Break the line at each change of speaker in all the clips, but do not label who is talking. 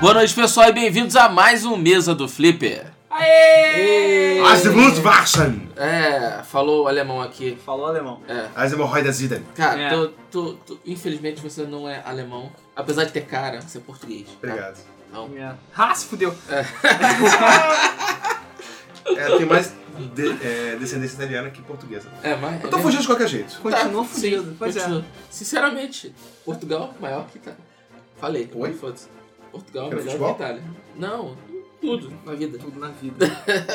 Boa noite, pessoal, e bem-vindos a mais um Mesa do Flipper.
Aê!
As Wurstwachen!
É, falou o alemão aqui.
Falou alemão.
É.
As hemorroidas idem.
Cara,
É.
tu- tu- tu- infelizmente você não é alemão. Apesar de ter cara, você é português. tá?
Obrigado.
Não.
Ah, se fudeu.
É, tem mais de- é, descendência italiana que portuguesa.
É, mas.
Eu tô fugindo de qualquer jeito.
Tá
Continua fudido. Pois é.
é. Sinceramente, Portugal é maior que Itália. Falei,
Oi?
foda-se. Portugal é
Quero
melhor
futebol?
que Itália. Não, tudo na vida.
Tudo na vida.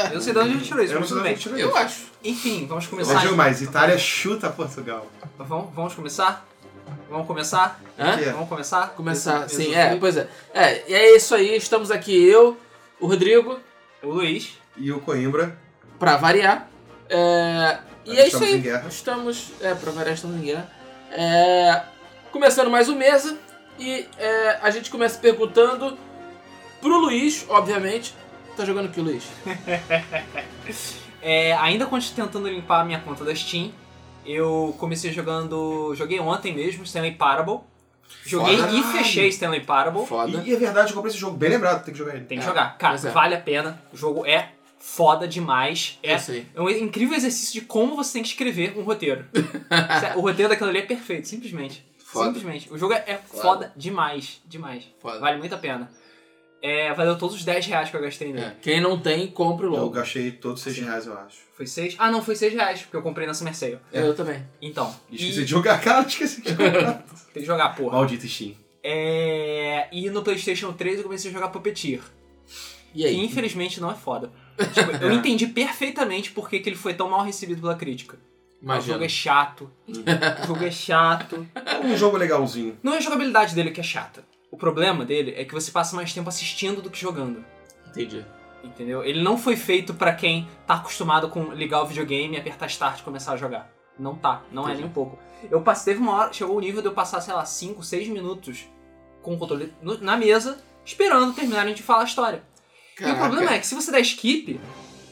Eu não sei de onde a gente tirou isso,
Eu não
mas tudo
sei de
bem.
onde tirou
Eu
isso.
acho.
Enfim, vamos começar.
Vejam mais, Itália chuta Portugal.
Vamos, vamos começar? Vamos começar?
Hã?
É.
Vamos começar?
Começar,
Esse-
sim,
esse-
é, pois é. É, e é isso aí, estamos aqui eu, o Rodrigo,
O Luiz.
E o Coimbra,
pra variar. É, e é isso
Estamos
aí.
em guerra.
Estamos, é, pra variar, estamos em guerra. É, começando mais um mesa. E é, a gente começa perguntando pro Luiz, obviamente. Tá jogando o que, Luiz?
É, ainda continuo tentando limpar a minha conta da Steam. Eu comecei jogando. Joguei ontem mesmo, Stanley Parable. Joguei
Foda.
e fechei Stanley Parable.
Foda.
E, e é verdade, eu comprei esse jogo bem lembrado, tem que jogar ele.
Tem que
É,
jogar. Cara,
pois é.
vale a pena. O jogo é foda demais. É,
Eu sei.
é um incrível exercício de como você tem que escrever um roteiro. Sério, o roteiro daquilo ali é perfeito, simplesmente.
Foda.
Simplesmente. O jogo é, é
Foda.
foda. demais. Demais.
Foda.
Vale muito a pena. É, valeu todos os 10 reais que eu gastei nele.
É, quem não tem, compre
Eu
logo.
gastei todos os 6 reais, eu acho.
Foi 6? Ah, não, foi 6 reais, porque eu comprei na Summer Sale.
É.
Eu também.
Então.
E
e-
Esqueci de jogar, cara, esqueci de jogar.
Tem que jogar, porra.
Maldito Steam.
É, e no PlayStation 3 eu comecei a jogar Puppeteer.
E
Que
aí?
infelizmente não é foda. Tipo, eu
É.
entendi perfeitamente por que, que ele foi tão mal recebido pela crítica. O jogo
Imagina.
é chato. o jogo é chato.
É um jogo legalzinho.
Não é a jogabilidade dele que é chata. O problema dele é que você passa mais tempo assistindo do que jogando.
Entendi.
Entendeu? Ele não foi feito pra quem tá acostumado com ligar o videogame, apertar start e começar a jogar. Não tá, não é
Entendi.
nem um pouco. Eu passei, teve uma hora, chegou o nível de eu passar, sei lá, 5, 6 minutos com o controle no- na mesa, esperando terminarem de falar a história. E o problema é que se você der skip,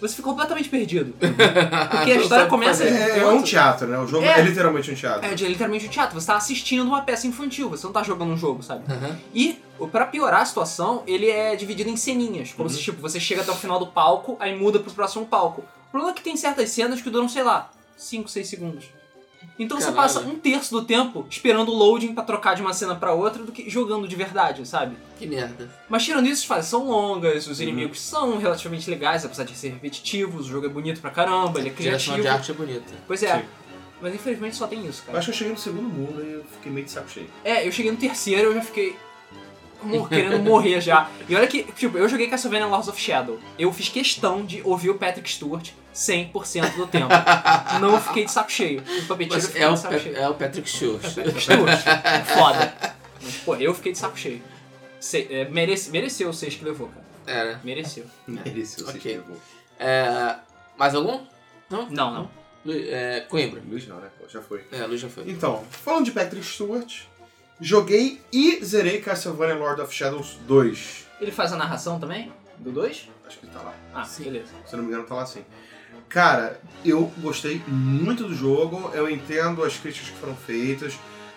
você fica completamente perdido.
Porque
a história começa-
É, é um teatro, né? O jogo é,
É.
literalmente um teatro.
É de- literalmente o teatro, você tá assistindo uma peça infantil, você não tá jogando um jogo, sabe? E, o- pra piorar a situação, ele é dividido em ceninhas. Como se, tipo, você chega até o final do palco, aí muda pro próximo palco. O problema é que tem certas cenas que duram, sei lá, 5, 6 segundos. Então
Caralho.
você passa um terço do tempo esperando o loading pra trocar de uma cena pra outra do que jogando de verdade, sabe?
Que merda.
Mas tirando isso, as fases são longas, os
Uhum.
inimigos são relativamente legais, apesar de ser repetitivos, o jogo é bonito pra caramba, ele é
Direção
criativo.
de arte é bonita.
Pois é.
Sim.
Mas infelizmente só tem isso,
Eu
cara.
acho que eu cheguei no segundo mundo e eu fiquei meio de saco cheio.
É, eu cheguei no terceiro eu já fiquei mor- querendo morrer já. E olha que, tipo, eu joguei Castlevania Lords of Shadow. Eu fiz questão de ouvir o Patrick Stewart 100% do tempo. Não fiquei de saco cheio. O Puppeteer eu
Mas
fiquei
é, o
de saco
Pe-
cheio.
é o Patrick Schultz.
Stewart, é foda. Mas, pô, eu fiquei de saco cheio. Se- é, merece- mereceu o 6 que levou, cara.
é, né?
Mereceu.
Mereceu,
Ok.
vocês levou.
É, mais algum? Não?
Não, não.
Lu, é, Coimbra.
Luiz não, né? Pô, já foi.
É, Luiz já foi.
Então, falando de Patrick Stewart, joguei e zerei Castlevania Lord of Shadows 2.
Ele faz a narração também? Do 2?
Acho que ele tá lá.
Ah,
Sim.
beleza.
Se eu não me engano, tá lá sim. Cara, eu gostei muito do jogo, eu entendo as críticas que foram feitas.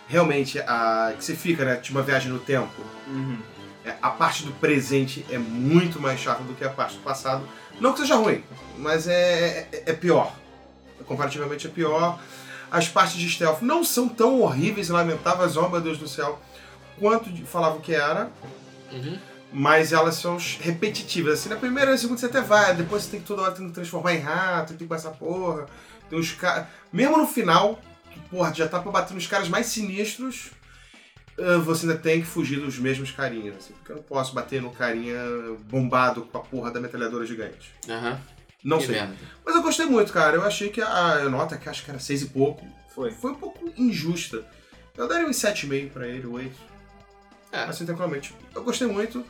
Realmente, a que você fica, né? Tipo uma viagem no tempo. É, A parte do presente é muito mais chata do que a parte do passado. Não que seja ruim, mas é, é, é pior. Comparativamente é pior. As partes de stealth não são tão horríveis e lamentáveis, oh meu Deus do céu, quanto de- falavam que era,
Uhum.
mas elas são repetitivas. Assim, na primeira e na segunda você até vai, depois você tem que toda hora tem que transformar em rato, tem que passar porra. Tem uns caras. Mesmo no final, que porra, já tá pra bater nos caras mais sinistros, ah, você ainda tem que fugir dos mesmos carinhas. assim, porque eu não posso bater no carinha bombado com a porra da metralhadora gigante.
Aham.
Não
que
sei.
merda.
Mas eu gostei muito, cara. Eu achei que a nota, que acho que era seis e pouco,
Foi.
foi um pouco injusta. Eu daria um uns 7,5 pra ele, 8.
É.
Assim, tranquilamente. Eu gostei muito.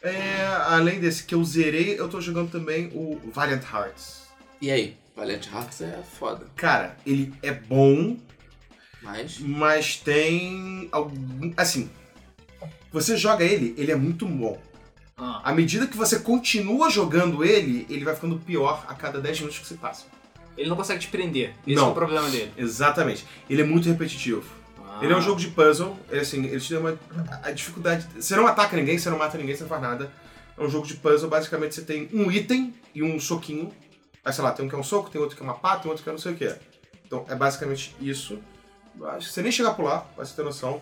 É, além desse que eu zerei, eu tô jogando também o Valiant Hearts.
E aí? Valiant Hearts é foda.
Cara, ele é bom,
Mas.
mas tem algum. Assim, você joga ele, ele é muito bom.
Ah,
À medida que você continua jogando ele, ele vai ficando pior a cada 10 minutos que se passam.
Ele não consegue te prender. Esse
Não.
é o problema dele.
Exatamente. Ele é muito repetitivo.
Ah.
Ele é um jogo de puzzle, é assim, ele te dá uma. A a dificuldade. Você não ataca ninguém, você não mata ninguém, você não faz nada. É um jogo de puzzle, basicamente você tem um item e um soquinho. Aí, sei lá, tem um que é um soco, tem outro que é uma pata, tem outro que é não sei o que. Então é basicamente isso. Eu Acho que você nem chega a pular, pra você ter noção.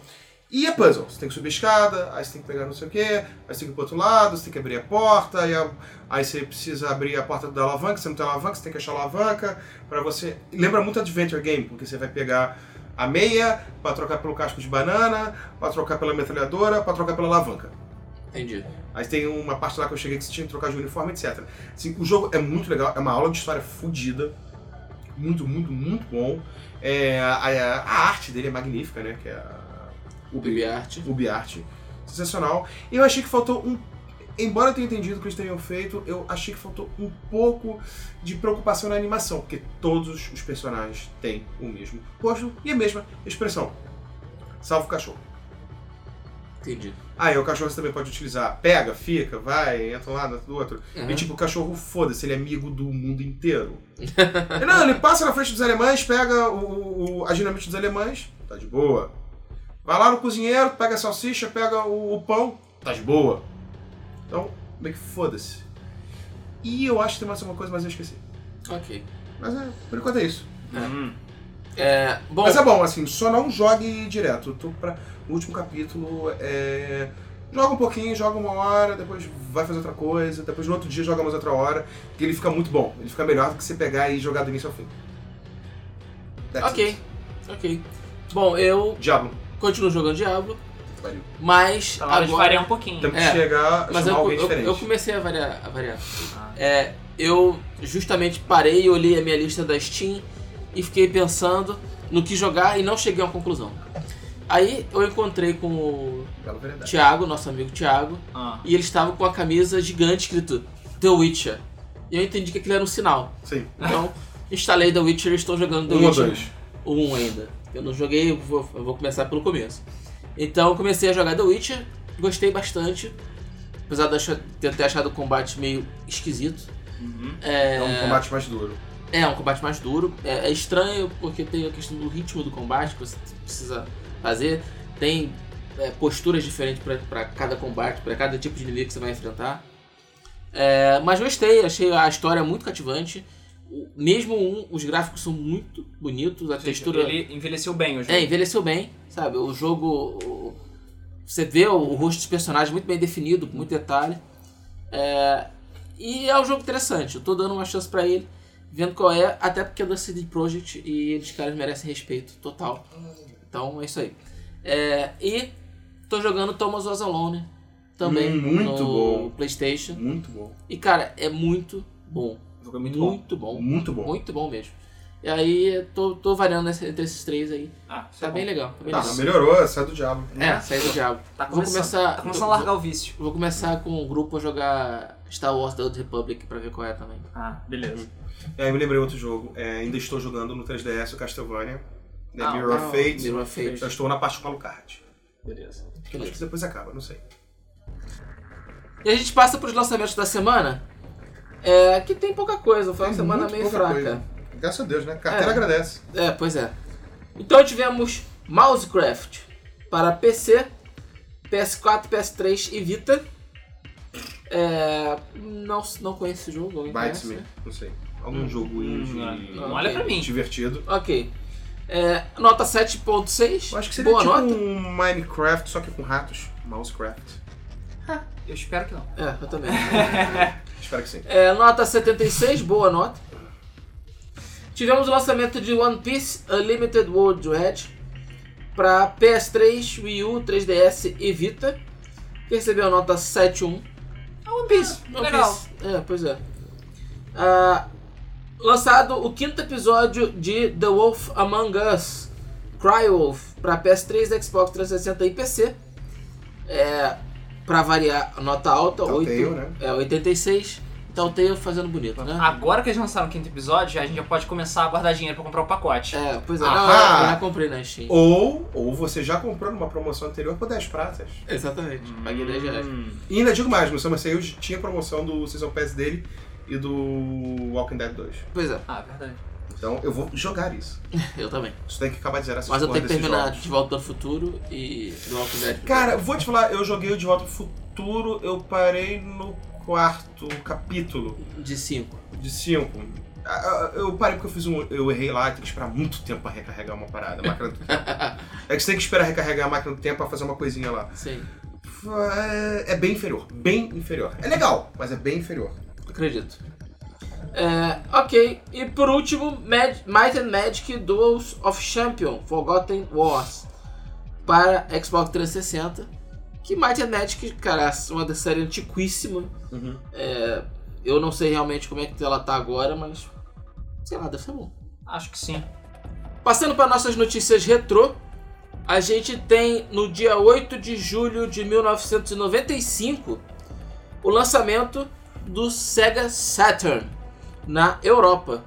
E é puzzle. Você tem que subir a escada, aí você tem que pegar não sei o que, aí você tem que ir pro outro lado, você tem que abrir a porta, aí, a- aí você precisa abrir a porta da alavanca, você não tem alavanca, você tem que achar a alavanca pra você. Lembra muito Adventure Game, porque você vai pegar a meia, pra trocar pelo casco de banana, pra trocar pela metralhadora, pra trocar pela alavanca.
Entendi.
Aí tem uma parte lá que eu cheguei que você tinha que trocar de uniforme, etc. Assim, o jogo é muito legal, é uma aula de história fodida. Muito, muito, muito bom. É, a, a- a arte dele é magnífica, né? Que é a
Ubi Art.
UbiArt. Sensacional. E eu achei que faltou um. Embora eu tenha entendido o que eles tenham feito, eu achei que faltou um pouco de preocupação na animação, porque todos os personagens têm o mesmo rosto e a mesma expressão. Salvo o cachorro.
Entendi.
Ah, e o cachorro você também pode utilizar. Pega, fica, vai, entra lá, entra do outro.
Aham.
E tipo, o cachorro, foda-se, ele é amigo do mundo inteiro. não, ele passa na frente dos alemães, pega o, o, a dinamite dos alemães, tá de boa. Vai lá no cozinheiro, pega a salsicha, pega o, o pão, tá de boa. Então, meio que foda-se. E eu acho que tem mais alguma coisa, mas eu esqueci.
Ok.
Mas é, por enquanto é isso.
Hum.
É, bom,
Mas é bom, assim, só não jogue direto. Eu Tô pra... O último capítulo é. Joga um pouquinho, joga uma hora, depois vai fazer outra coisa, depois no outro dia joga mais outra hora, que ele fica muito bom. Ele fica melhor do que você pegar e jogar do início ao fim. That's
ok.
it.
Ok. Bom, eu
Diablo,
continuo jogando Diablo,
valeu.
mas
Tá na hora de
agora...
variar um pouquinho.
Temos
Hum. É,
que chegar a
Mas
chamar
eu,
alguém
eu,
um diferente.
eu comecei a variar. A variar.
Ah.
É, eu justamente parei e olhei a minha lista da Steam e fiquei pensando no que jogar e não cheguei a uma conclusão. Aí eu encontrei com o
Bela verdade.
Thiago, nosso amigo Thiago,
Ah.
e ele estava com a camisa gigante escrito The Witcher. E eu entendi que aquilo era um sinal.
Sim.
Então, instalei The Witcher e estou jogando The
Um ou
Witcher
dois.
o 1 ainda. Eu não joguei, eu vou, eu vou começar pelo começo. Então eu comecei a jogar The Witcher, gostei bastante. Apesar de eu achar- de eu ter achado o combate meio esquisito.
Uhum.
É um combate mais duro.
É um combate mais duro. É, é estranho porque tem a questão do ritmo do combate que você precisa fazer. Tem é, posturas diferentes para cada combate, para cada tipo de inimigo que você vai enfrentar. É, mas gostei, achei a história muito cativante. O- Mesmo um, os gráficos são muito bonitos, a
Ou seja,
textura.
Ele envelheceu bem o jogo.
É, envelheceu bem, sabe? O jogo. o- Você vê o, o rosto dos personagens muito bem definido, com muito detalhe. É, e é um jogo interessante. Eu tô dando uma chance pra ele, vendo qual é, até porque é da CD Projekt e eles caras merecem respeito total. Então é isso aí. É, e tô jogando Thomas Was Alone também
Hum, muito
no
bom.
PlayStation.
Muito bom.
E cara, é muito bom.
O jogo é muito bom.
muito bom.
Muito bom.
Muito bom mesmo. E aí, tô, tô variando essa- entre esses três aí.
Ah, isso
Tá
é bom.
bem legal. Tá bem
Tá,
legal.
melhorou, sai do diabo.
É, sair do diabo.
Tá
Vou
começando.
começar.
Tá começando a largar o vício.
Vou começar com o grupo a jogar Star Wars The Old Republic pra ver qual é também.
Ah, beleza.
E aí me lembrei outro jogo. É, ainda estou jogando no 3DS o Castlevania. The
Ah,
Mirror of Fate.
Mirror of Fate.
Eu estou na parte com a Alucard.
Beleza.
Acho que
Beleza.
depois acaba, não sei.
E a gente passa pros lançamentos da semana. É, que tem pouca coisa, foi uma
Tem
semana
muito
meio
pouca
fraca.
coisa. Graças a Deus, né? Carteira
É.
agradece.
É, pois é. Então tivemos Mousecraft para PC, PS4, PS3 e Vita. É, não, não conheço esse jogo, alguém conhece? né?
Bites-me, não sei. Algum jogo
Hum,
indie
não,
não
olha pra mim.
divertido.
Ok. É, nota 7.6.
Eu acho que seria
Boa
tipo
nota.
um Minecraft, só que com ratos. Mousecraft.
Eu espero que não.
um-
É, eu também.
Espero que sim.
É, nota 76, boa nota. Tivemos o lançamento de One Piece Unlimited World Red para PS3, Wii U, 3DS e Vita, que recebeu a nota 7.1.
É One Piece.
One
legal.
Piece. É, pois é. Ah, lançado o quinto episódio de The Wolf Among Us, Cry Wolf, para PS3, Xbox 360 e PC. É, para variar, a nota alta,
Telltale,
8,
né?
é, 86. Telltale então fazendo bonito, né?
Agora que eles lançaram o quinto episódio, a gente já pode começar a guardar dinheiro pra comprar o pacote.
É, pois é. Não,
Ahá.
eu já comprei na Steam.
Ou, ou você já comprou numa promoção anterior por 10 pratas.
Exatamente. Paguei 10 reais.
Hum.
E ainda digo mais, no Summer Sales tinha promoção do Season Pass dele e do Walking Dead 2.
Pois é.
Ah, verdade.
Então eu vou jogar isso.
Eu também.
Isso tem que acabar de zerar essas
Mas eu
porra
tenho que
desses
terminar
jogos.
De Volta para o Futuro e The Walking Dead.
Cara, vou te falar, eu joguei o De Volta pro Futuro, eu parei no quarto capítulo
De 5.
de cinco. Ah, ah, Eu parei porque eu fiz um. Eu errei lá, tem que esperar muito tempo pra recarregar uma parada, a máquina do tempo. É que você tem que esperar recarregar a máquina do tempo pra fazer uma coisinha lá.
Sim,
É- É bem inferior, bem inferior. É legal, mas é bem inferior.
acredito. É, ok, e por último, Mag Might and Magic Duels of Champion Forgotten Wars para Xbox 360. Que Might and Magic, cara, é uma da série antiquíssima. Eu não sei realmente como é que ela tá agora, mas sei lá, deve ser bom.
Acho que sim.
Passando para nossas notícias retrô, a gente tem no dia 8 de julho de 1995 o lançamento do Sega Saturn na Europa.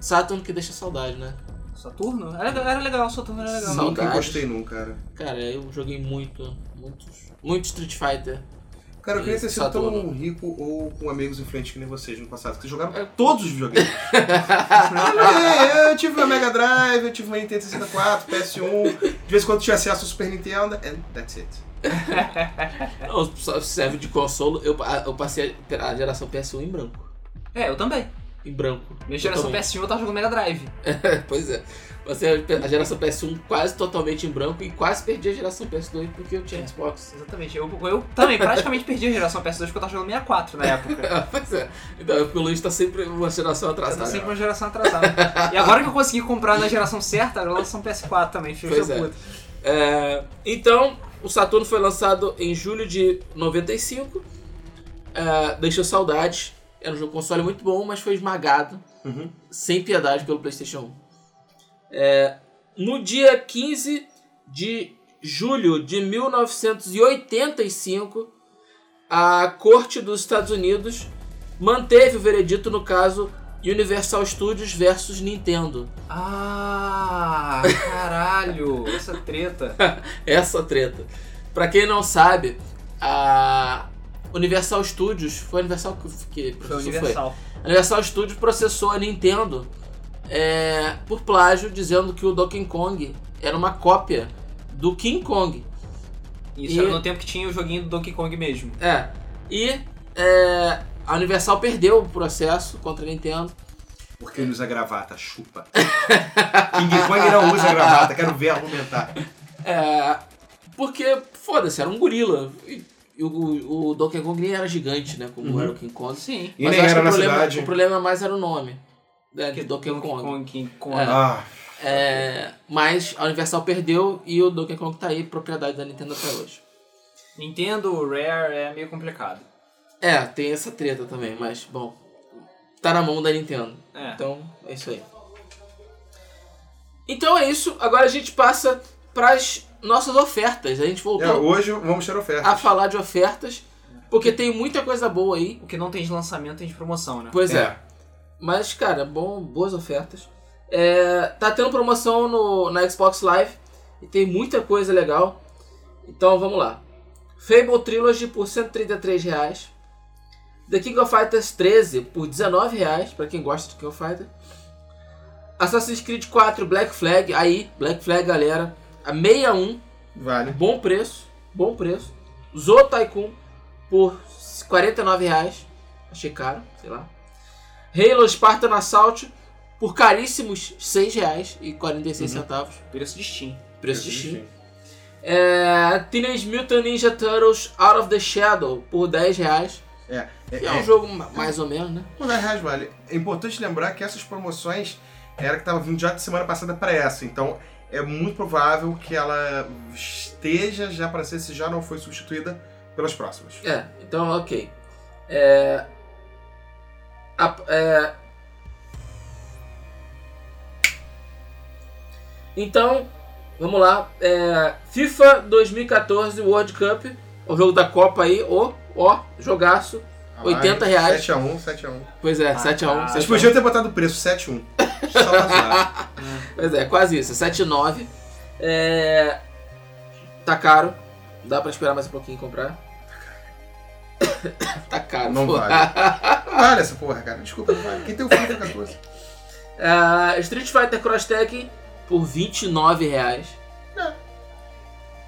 Saturn que deixa saudade, né?
Saturno? Era, era legal, Saturno era legal.
Sim.
Nunca
Saudades.
encostei num, cara.
Cara, eu joguei muito, muitos, muito Street Fighter.
Cara, eu queria
E
ter sido
Saturno.
tão rico ou com amigos influentes que nem vocês no passado, que jogaram
É,
todos os videogames. É, eu tive o Mega Drive, eu tive o Nintendo 64, PS1, de vez em quando tinha acesso ao Super Nintendo, and that's it.
Não, só serve de consolo, eu, eu passei a geração PS1 em branco.
É, eu também.
Em branco.
Minha geração
Totalmente.
PS1 eu tava jogando Mega Drive.
Pois é. Você, a geração PS1 quase totalmente em branco e quase perdi a geração PS2 porque eu tinha Xbox.
Exatamente. Eu, eu também praticamente perdi a geração PS2 porque eu tava jogando 64 na época.
pois é. Então, porque o Luiz tá sempre uma geração
Eu tô
atrasada.
sempre uma geração atrasada. E agora que eu consegui comprar na geração certa, eu lanço um PS4 também, filho
Pois
da
é.
puta.
É, então, o Saturno foi lançado em julho de 95. É, deixou saudades. Era um jogo console muito bom, mas foi esmagado
Uhum.
sem piedade pelo PlayStation 1. É, no dia 15 de julho de 1985, a Corte dos Estados Unidos manteve o veredito no caso Universal Studios versus Nintendo.
Ah, caralho, essa treta.
Essa treta. Pra quem não sabe, a Universal Studios foi a Universal que, que
Foi
processou, foi?
universal.
A Universal Studios processou a Nintendo é, por plágio, dizendo que o Donkey Kong era uma cópia do King Kong.
Isso
E-
era no tempo que tinha o joguinho do Donkey Kong mesmo.
É. E é, a Universal perdeu o processo contra a Nintendo.
Porque ele usa gravata, chupa. King Kong não usa gravata, quero ver argumentar.
É, porque, foda-se, era um gorila. E, e o, o Donkey Kong nem era gigante, né? Como
Uhum.
era o King Kong.
Sim.
E
Mas
nem
eu acho
era
que
na
o problema,
cidade.
o problema mais era o nome né, de Donkey Kong.
King Kong.
Ah,
É, mas a Universal perdeu e o Donkey Kong tá aí, propriedade da Nintendo até hoje.
Nintendo, Rare é meio complicado.
É, tem essa treta também, mas, bom, tá na mão da Nintendo.
É.
Então, é isso aí. Então é isso, agora a gente passa pras nossas ofertas. A gente
é,
voltou
hoje vamos ter
a
oferta.
falar de ofertas, porque tem muita coisa boa aí.
O que não tem de lançamento tem de promoção, né?
Pois é.
É.
Mas, cara, bom, boas ofertas. É, tá tendo promoção no, na Xbox Live e tem muita coisa legal. Então vamos lá. Fable Trilogy por R$ 133 reais. The King of Fighters 13 por R$ 19 reais, pra quem gosta de King of Fighters. Assassin's Creed 4 Black Flag, aí, Black Flag, galera, a 61,
Vale.
bom preço, bom preço. Zoo Tycoon por R$ 49 reais, achei caro, sei lá. Halo Spartan Assault por caríssimos R$ 6,46, centavos
Preço de Steam.
preço
Uhum,
de Steam. É, Teenage Mutant Ninja Turtles Out of the Shadow por 10 reais.
É,
que é um
é,
jogo ma- mais ou menos, né?
Mas, aliás, vale. É importante lembrar que essas promoções era que estava vindo já de semana passada para essa, então é muito provável que ela esteja já para ser se já não foi substituída pelas próximas.
É, então ok. É, a- é, então, vamos lá. É, FIFA 2014 World Cup, o jogo da Copa aí, ó, ó, jogaço. 80 reais.
7x1, 7x1.
Pois é,
Ah,
7x1,
cara.
Vocês
7x1.
podiam ter botado o preço 7x1. Só pra zoar.
Pois é, quase isso. 7,9. É... Tá caro. Dá pra esperar mais um pouquinho e comprar. tá caro.
Não
pô.
é vale. Vale essa porra, cara. Desculpa, não vale. Quem tem o FIFA 14?
Ah, Street Fighter Cross Tekken por R$ 29 reais.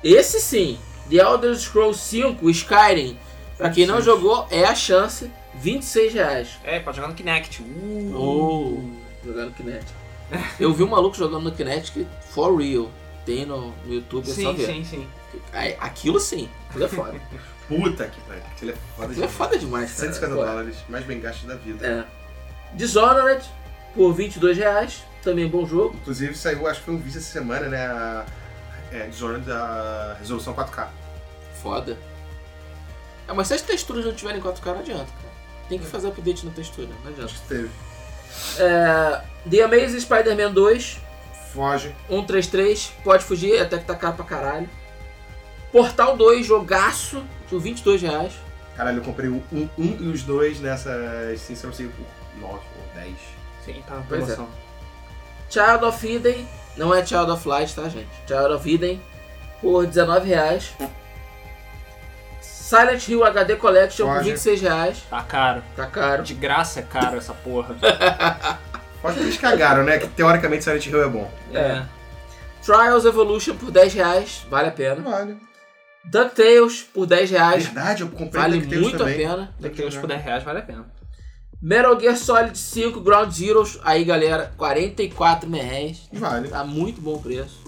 Esse sim, The Elder Scrolls 5 Skyrim. Pra quem não jogou, é a chance, R$ 26 reais.
É, pode jogar no Kinect. Uh.
Oh, jogar no Kinect. Eu vi um maluco jogando no Kinect que, for real. Tem no, no YouTube, é só
Sim,
ver.
sim, sim.
Aí, Aquilo sim, aquilo é foda.
Puta que pariu. Aquilo é foda
aquilo é
demais.
foda demais, cara.
150
Pô,
dólares, mais bem gasto da vida.
É. Dishonored por 22 reais, também bom jogo.
Inclusive saiu, acho que foi um vídeo essa semana, né? A é, Dishonored da resolução 4K.
Foda. É, mas se as texturas não tiverem 4K, não adianta, cara. Tem que fazer update na textura, não adianta.
Acho que teve.
The Amazing Spider-Man 2,
Foge.
133, pode fugir, até que tá caro pra caralho. Portal 2, jogaço, tipo, por 22 reais.
Caralho, eu comprei o 1 um, um e os dois nessa Steam Summer Sale por 9 ou 10.
Sim, tá na
Pois é.
promoção.
Child of Eden, não é Child of Light, tá, gente? Child of Eden, por 19 reais. Silent Hill HD Collection por
Roger.
26 reais.
Tá caro.
Tá caro.
De graça é caro essa porra.
Pode que eles cagaram, né? Que teoricamente Silent Hill é bom.
É. Trials Evolution por 10 reais, vale a pena.
Vale.
DuckTales por 10 reais,
Verdade, eu comprei
vale
DuckTales
muito
também.
a pena.
Daqui uns por 10 reais vale a pena.
Metal Gear Solid 5 Ground Zeroes, aí galera, 44 reais,
Vale.
tá muito bom o preço.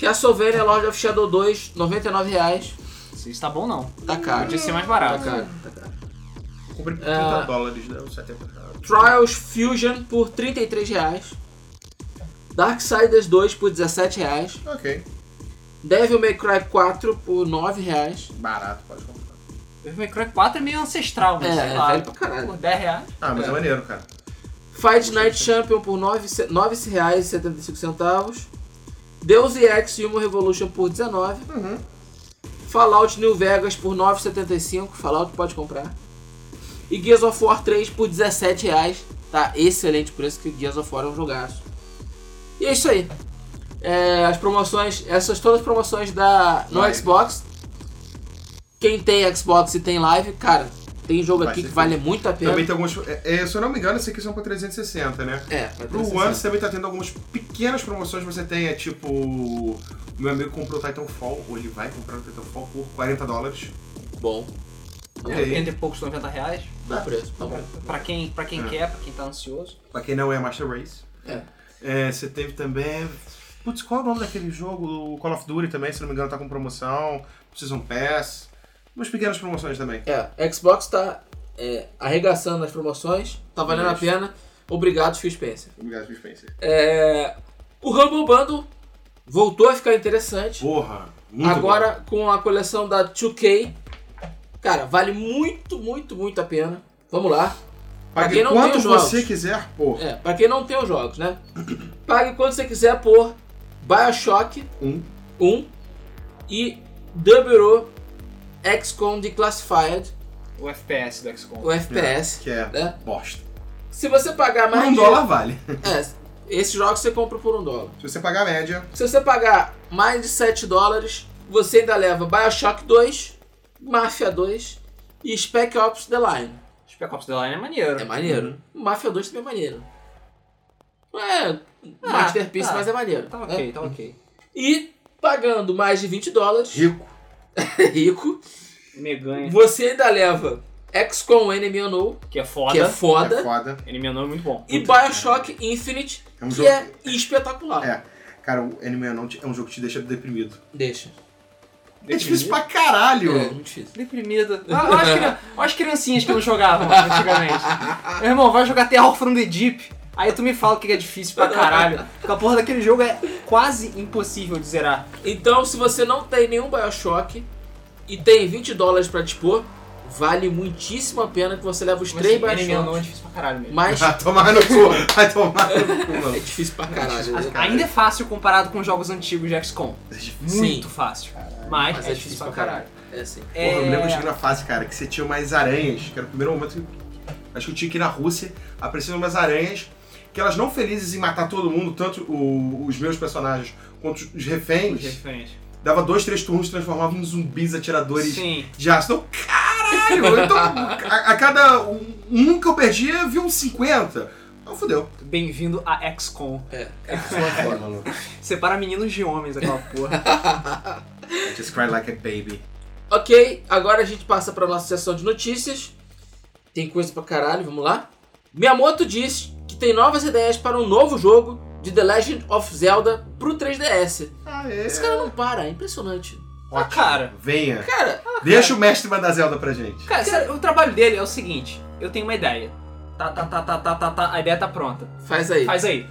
Castlevania Lord of Shadow 2, 99 reais,
Se isso tá bom, não.
tá caro.
Podia ser mais
Tá
barato.
caro, tá caro.
Eu comprei por 30
Ah.
dólares, né? Uns 70 reais.
Trials Fusion por 33 reais. Darksiders 2 por 17 reais.
Ok.
Devil May Cry 4 por 9 reais.
Barato, pode comprar.
O May Cry 4 é meio ancestral, mas
É,
sei
é
lá.
velho pra caralho.
Por 10 reais.
Ah, mas é,
É.
maneiro, cara.
Fight Night Champion por 9 reais e 75 centavos. Deus e Ex Human Revolution por 19.
Uhum.
Fallout New Vegas por 9,75. Fallout pode comprar. E Gears of War 3 por 17 reais. Tá excelente preço que Gears of War é um jogaço. E é isso aí. É, as promoções, essas todas as promoções da no
Live.
Xbox. Quem tem Xbox e tem live, cara, tem jogo
Vai
aqui
ser
que vale muito a pena.
Também tem alguns. é, é, se eu não me engano, esses aqui são pra 360, né?
É, vai ter
Pro
essa
One
sensação.
você também tá tendo algumas pequenas promoções que você tem, é tipo. o Meu amigo comprou o Titanfall, ou ele vai comprar o Titanfall por 40 dólares.
bom. Tá
É.
bom,
Entre poucos 90 reais.
bom preço, tá bom.
Pra quem, pra quem
É.
quer, pra quem tá ansioso.
Pra quem não é Master Race.
É.
É, você teve também. Putz, qual é o nome daquele jogo? O Call of Duty também, se não me engano, tá com promoção. Season Pass. Umas pequenas promoções também.
É, Xbox tá é, arregaçando as promoções, tá valendo a
Isso.
pena. Obrigado, Phil Spencer.
Obrigado, Phil Spencer.
É, o Humble Bundle voltou a ficar interessante.
Porra! Muito
Agora com a coleção da 2K. Cara, vale muito, muito, muito a pena. Vamos lá.
bom.
pra
Pague
quem não tem
quanto
os jogos.
você quiser, porra.
É, pra quem não tem os jogos, né? Pague quanto você quiser por Bioshock
Um.
1 e WO XCOM Declassified,
O FPS do XCOM.
o FPS.
Que é
Né?
bosta.
Se você pagar
Por
mais
um
de-
dólar vale.
É, esses jogos você compra por um dólar.
Se você pagar a média,
Se você pagar mais de 7 dólares, você ainda leva Bioshock 2, Mafia 2 e Spec Ops The Line.
Spec Ops The Line é maneiro.
É maneiro. Mafia 2 também é maneiro. Não é
Ah,
Masterpiece,
tá.
mas é maneiro.
Tá
né?
ok, tá ok.
E pagando mais de 20 dólares,
rico.
rico,
Meganha,
você ainda leva XCOM Enemy Unknown,
que é foda.
que é
É
foda,
foda.
Ele menor é muito bom.
e Bioshock Infinite,
É um
que
jogo.
é espetacular.
É. Cara, o Anime Anon é um jogo que te deixa deprimido.
Deixa.
É difícil pra caralho!
É, muito difícil.
Deprimida. Olha as, crian- olha as criancinhas que não jogavam antigamente. Meu irmão, vai jogar The All from the Deep. Aí tu me fala o que é difícil pra caralho. Porque a porra daquele jogo é quase impossível de zerar.
Então, se você não tem nenhum Bioshock e tem 20 dólares pra dispor, vale muitíssimo a pena que você leve os três
Mas, Enemy Unknown é
Bioshocks.
difícil pra caralho mesmo.
Mas
Vai tomar no cu! Vai tomar no cu,
é
mano.
difícil pra caralho. né, cara?
Ainda é fácil comparado com jogos antigos de XCOM.
Sim.
Muito fácil. Mas, é difícil pra caralho.
É sim.
Porra, eu me lembro que eu
É...
cheguei na fase, cara, que você tinha umas aranhas, que era o primeiro momento que. Acho que eu tinha que ir na Rússia, apareciam umas aranhas, que elas não felizes em matar todo mundo, tanto o- os meus personagens quanto os reféns, dava dois, três turnos, transformavam em zumbis atiradores
Sim.
de aço. Então, caralho! Então, a, a cada um um que eu perdia, eu vi uns 50. Então fudeu.
Bem-vindo a XCOM.
É.
Sua foda, maluco.
Separa meninos de homens, aquela porra.
Just cry like a baby.
Ok, agora a gente passa para nossa sessão de notícias. Tem coisa pra caralho, vamos lá. Miyamoto diz que tem novas ideias para um novo jogo de The Legend of Zelda pro 3DS.
Ah, é.
Esse cara não para, é impressionante.
Ah, cara.
Venha.
Cara,
Deixa o mestre mandar Zelda pra gente.
Cara, sério, o trabalho dele é o seguinte: eu tenho uma ideia. Tá, tá, tá, tá, tá, tá, tá, a ideia tá pronta.
faz aí.
Faz aí.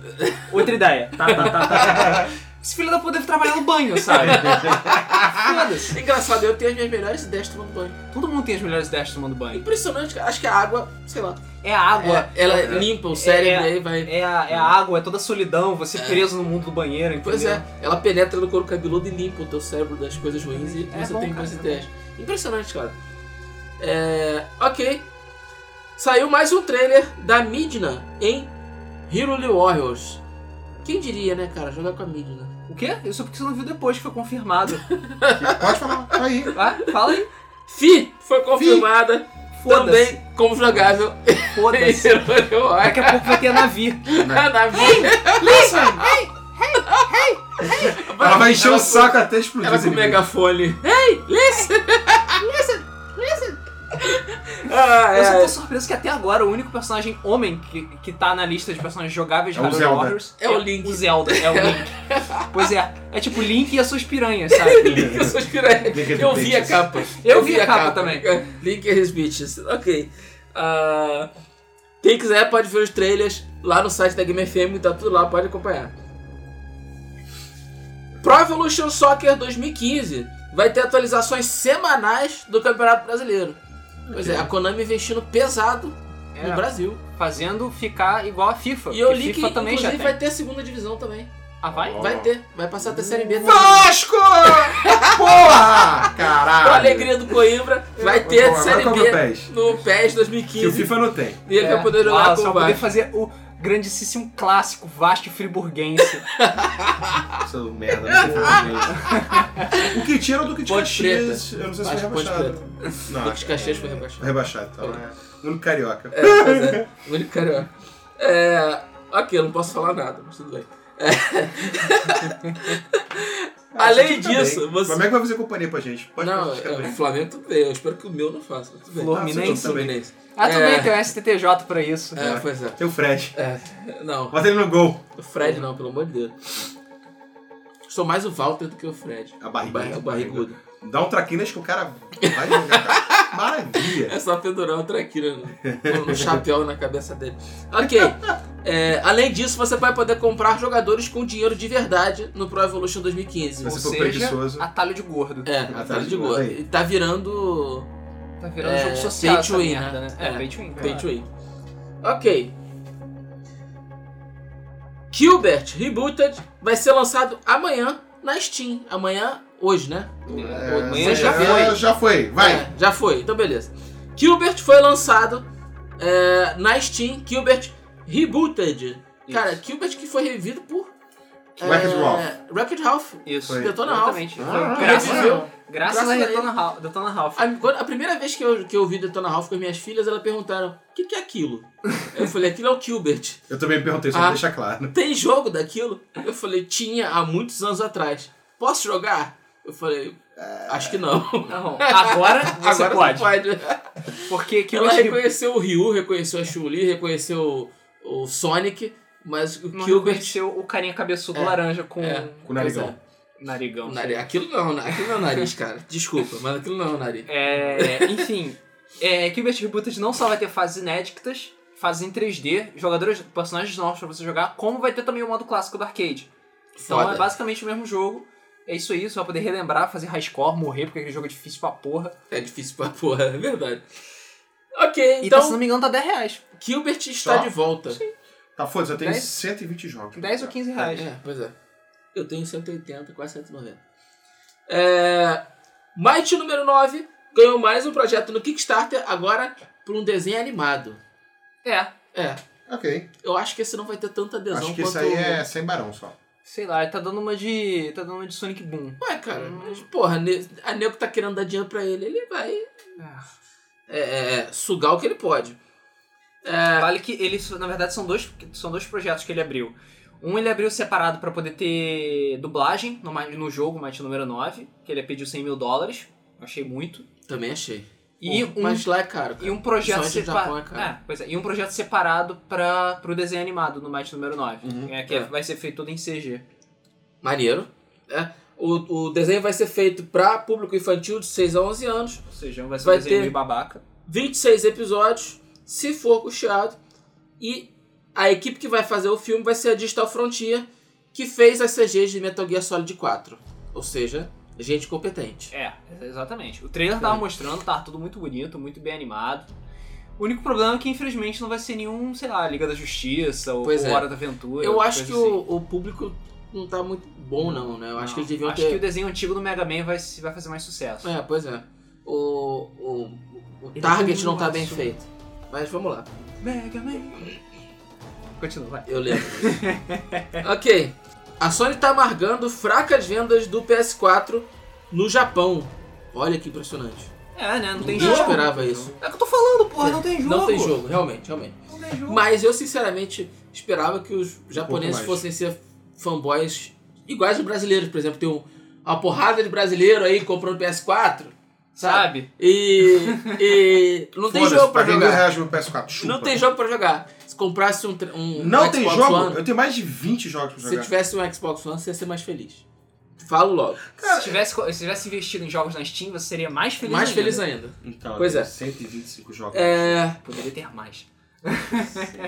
Outra ideia. Tá, tá, tá, tá, tá. Esse filho da puta deve trabalhar no banho, sabe? Foda-se.
Engraçado, eu tenho as minhas melhores ideias tomando banho. É
Todo mundo tem as melhores ideias tomando banho.
Impressionante, cara. acho que a água, sei lá,
É a água.
é- ela limpa o cérebro e aí vai.
É a, é a água, é toda a solidão, você preso no mundo do banheiro, entendeu?
Pois é, ela penetra no couro cabeludo e limpa o teu cérebro das coisas ruins e
É
você
bom,
tem
cara,
boas
é bom.
ideias. Impressionante, cara. É, ok. Saiu mais um trailer da Midna em Hyrule Warriors. Quem diria, né, cara, jogar com a Midna.
O quê? Isso é porque você não viu depois que foi confirmado.
Pode falar, tá aí.
Ah, fala aí.
Fi foi confirmada
Foda-se.
também como jogável em
Foda-se.
Hyrule Warriors.
Daqui a pouco vai ter navio.
Na vida.
Ela vai encher
Ela
o saco até explodir.
Ela com o
inimigo.
megafone. Hey, listen! listen, listen! Ah,
Eu só
é,
tô surpreso que até agora o único personagem homem que, que tá na lista de personagens jogáveis de
É o
Hyrule
Zelda.
Warriors
É o Link.
O Zelda, é o Link. pois é, é tipo Link e as suas piranhas, sabe?
Link e suas piranhas.
Link and
Eu vi a
Bitches.
capa. É,
Eu vi a capa também.
Link and his bitches. Ok. Ah, quem quiser pode ver os trailers lá no site da Game FM, tá tudo lá, pode acompanhar. Pro Evolution Soccer 2015 vai ter atualizações semanais do Campeonato Brasileiro. Pois é, a Konami investindo pesado no
É,
Brasil.
fazendo ficar igual a FIFA.
E eu
porque
li que
FIFA também já
inclusive
tem.
vai ter a segunda divisão também.
Ah, vai?
Ó.
Vai ter, vai passar a terceira B também.
Vasco! Porra! Caralho!
Pra alegria do Coimbra, vai ter a
Agora
série
qual que é o
B
PES?
no PES
Que o
2015
FIFA não tem.
e ele
É.
vai poder
Uau,
jogar
você
com o
vai poder
Vasco.
fazer o grandíssimo clássico Vasco e Friburguense.
Ah.
Seu merda. não tem futebol. o que tiram do que tinha
Ponte Preta.
Eu não sei se foi
Acho que Ponte
rebaixado. Não,
Lucas Caxias foi rebaixado.
rebaixado. Então, é. Único carioca.
É, pois é. O único carioca. É, ok, eu não posso falar nada, mas tudo bem.
Ah,
Além
tá bem.
disso, você-
Como é que vai fazer companhia pra gente? Pode
não,
ficar
é,
bem.
o Flamengo tudo bem, eu espero que o meu não faça. mas Tudo bem.
Fluminense.
Ah, sim, Fluminense.
Ah, tudo
É.
bem, tem o STTJ pra isso.
É, pois é.
Tem o Fred.
É, Não,
Bota ele no gol.
o Fred não, pelo amor de Deus. Sou mais o Walter do que o Fred.
A
O barri-
barriguda.
o barrigudo.
Dá um traquinas que o cara vai jogar. cara. Maravilha.
É só pendurar o traquina no, no chapéu na cabeça dele. Ok. É, além disso, você vai poder comprar jogadores com dinheiro de verdade no Pro Evolution 2015.
Mas-
Ou
Se for
seja,
ah,
preguiçoso.
atalho de gordo.
É,
tá
atrás de
de
gol.
boa aí.
E Tá virando
Tá virando
É,
jogo social
pay to
essa
win,
merda,
né?
né?
É,
pay to win.
pay
claro.
to win. Ok. Gilbert Rebooted vai ser lançado amanhã na Steam. Amanhã, hoje, né?
É,
amanhã já
é,
foi.
Já foi. Vai.
É, já foi, então beleza. Gilbert foi lançado é, na Steam, Gilbert Rebooted. Cara, Gilbert que foi revivido por.
É,
É,
Wreck-It
Ralph. Wreck-It Ralph.
Isso.
Foi.
Detona Ralph.
Exatamente.
Ah,
Foi graças,
reviveu.
graças a
Graças a
Detona Ralph. Detona Ralph.
A, quando- a primeira vez que eu, que eu vi Detona Ralph com as minhas filhas, elas perguntaram: o que, que é aquilo? Eu falei: aquilo é o Gilbert.
Eu também perguntei, só
Ah.
pra deixar claro.
Tem jogo daquilo? Eu falei: tinha há muitos anos atrás. Posso jogar? Eu falei: acho que não.
Não, agora você
Agora
pode.
não pode.
Porque
Que
que
ela
Gilbert Re-
reconheceu o Ryu, reconheceu a Chun-Li, reconheceu o, o Sonic, mas o
não
Gilbert.
reconheceu é. o carinha cabeçudo
É,
laranja com
é.
Com o narigão.
narigão.
O nari- Aquilo não, né? aquilo não é o nariz, cara. Desculpa, mas aquilo não é o nariz.
É, enfim, é, Gilbert Rebooted não só vai ter fases inéditas, fases em 3D, jogadores, personagens novos pra você jogar, como vai ter também o modo clássico do arcade. Então
Foda.
é basicamente o mesmo jogo. É isso aí, você vai poder relembrar, fazer high score, morrer, porque aquele jogo é difícil pra porra.
É difícil pra porra, é verdade. Ok,
Então,
então
se não me engano, tá 10 reais.
Gilbert está
Só?
de volta.
Tá foda-se, eu tenho
Dez?
120 jogos.
10 ou 15 reais.
É, pois é. Eu tenho 180, quase 190. É... Might número 9 ganhou mais um projeto no Kickstarter, agora por um desenho animado.
É,
É,
Ok.
eu acho que esse não vai ter tanta adesão
Acho que
quanto
isso aí é sem barão só.
sei lá, tá dando uma de. tá dando uma de Sonic Boom.
Ué, cara,
Hum.
mas, porra, ne- a Nego tá querendo dar dinheiro pra ele, ele vai é, é, é, sugar o que ele pode.
Vale que ele, na verdade, são dois, são dois projetos que ele abriu. Um ele abriu separado pra poder ter dublagem no, ma- no jogo, Might número 9, que ele pediu 100 mil dólares. Achei muito.
Também achei.
E
Bom,
um
Mas lá é caro. Cara.
E um projeto
Principalmente no Japão, é
separado.
caro.
É, pois é. E um projeto separado para pro desenho animado no Might número 9.
Uhum.
é, que
É.
vai ser feito todo em CG.
Maneiro. né? O, o desenho vai ser feito pra público infantil de 6 a 11 anos.
Ou seja, vai ser
Vai
um desenho
ter-
meio babaca.
26 episódios, se for custeado. E a equipe que vai fazer o filme vai ser a Digital Frontier, que fez as CGs de Metal Gear Solid 4. Ou seja, gente competente.
É, exatamente. O trailer tava mostrando, tava tudo muito bonito, muito bem animado. O único problema é que, infelizmente, não vai ser nenhum, sei lá, Liga da Justiça ou,
Pois
ou
é.
Hora da Aventura.
Eu acho que
coisa assim.
o, o público não tá muito bom, não, né? Eu acho que eles deviam
acho
ter.
que o desenho antigo do Mega Man vai, se- vai fazer mais sucesso.
É, pois é. O, o, o
Ele
target
tem
não tá
um
bem
laço.
feito. Mas vamos lá,
Mega Man. Continua, vai.
eu lembro. ok. A Sony tá amargando fracas vendas do PS4 no Japão. Olha que impressionante.
É, né? Não tem
Ninguém
jogo.
esperava isso.
É o que eu tô falando, porra, não tem jogo.
Não tem jogo, realmente, realmente.
Não tem jogo.
Mas eu sinceramente esperava que os japoneses
mais.
fossem ser fanboys iguais aos brasileiros, por exemplo, tem um- uma porrada de brasileiro aí comprando PS4, sabe?
Sabe?
E, e não tem jogo pra
mil
jogar.
reais no PS4. Chupa.
Não tem jogo pra jogar. Se comprasse um, tre- um
Não
Xbox
tem jogo?
One,
Eu tenho mais de 20 jogos pra
se
jogar.
tivesse um Xbox One, você ia ser mais feliz. Falo logo.
Cara,
se, tivesse, co- se tivesse investido em jogos na Steam, você seria mais feliz
é- mais
ainda.
feliz ainda.
Então, eu
Pois
tenho
é.
125 jogos.
É,
Poderia ter mais.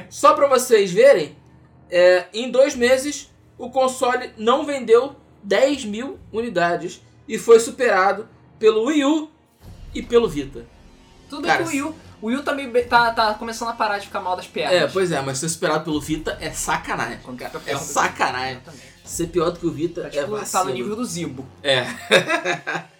só pra vocês verem, é, em dois meses o console não vendeu 10 mil unidades e foi superado pelo Wii U e pelo Vita.
Tudo bem
Cara,
que o Wii U. O Wii U também be- tá, tá começando a parar de ficar mal das pernas.
É, pois é, mas ser superado pelo Vita é sacanagem.
Quando
cara.
fica
É
perto do-
sacanagem.
Exatamente.
Ser pior do que o Vita
Tá
é
tipo, tá no
vacilo.
nível do Zibo.
É.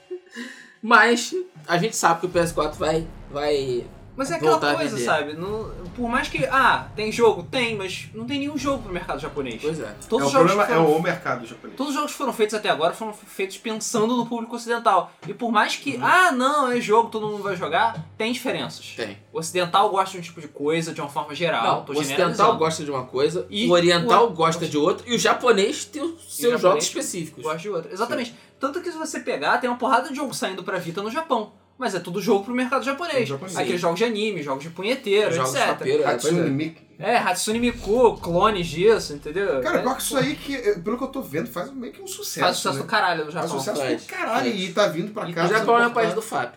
Mas a gente sabe que o PS4 vai. vai.
Mas é aquela
Voltar a
coisa,
vender.
sabe? Não- por mais que. Ah, tem jogo? Tem, mas não tem nenhum jogo pro mercado japonês.
Pois é.
É,
Todos
o
os jogos
problema
que
é
foram
o mercado japonês.
Todos os jogos que foram feitos até agora foram feitos pensando no público ocidental. E por mais que, ah, não, é jogo, todo mundo vai jogar, tem diferenças.
Uhum. Tem.
O ocidental gosta de um tipo de coisa, de uma forma geral.
Não,
tô
o ocidental
generalizando.
gosta de uma coisa,
E
o oriental
o-
gosta de outra, e o japonês tem os seus
japonês
jogos específicos.
gosta de outra. Exatamente. Tanto que se você pegar, tem uma porrada de jogo saindo pra Vita no Japão. Mas é tudo jogo pro mercado japonês.
Tudo japonês.
Aqueles jogos de anime, jogos de punheteiro,
jogos de
etc.
tapeiro, é, pois
Hatsune
é.
Miku.
É, Hatsune Miku, clones disso, entendeu?
Cara,
é,
pior que isso aí, que, eh, pelo que eu tô vendo, faz meio que um sucesso.
faz sucesso
né?
do caralho no
Faz
Japão.
sucesso
Faz.
do caralho. E tá vindo pra
E
cá.
O Japão é
sendo
o país do Fábio.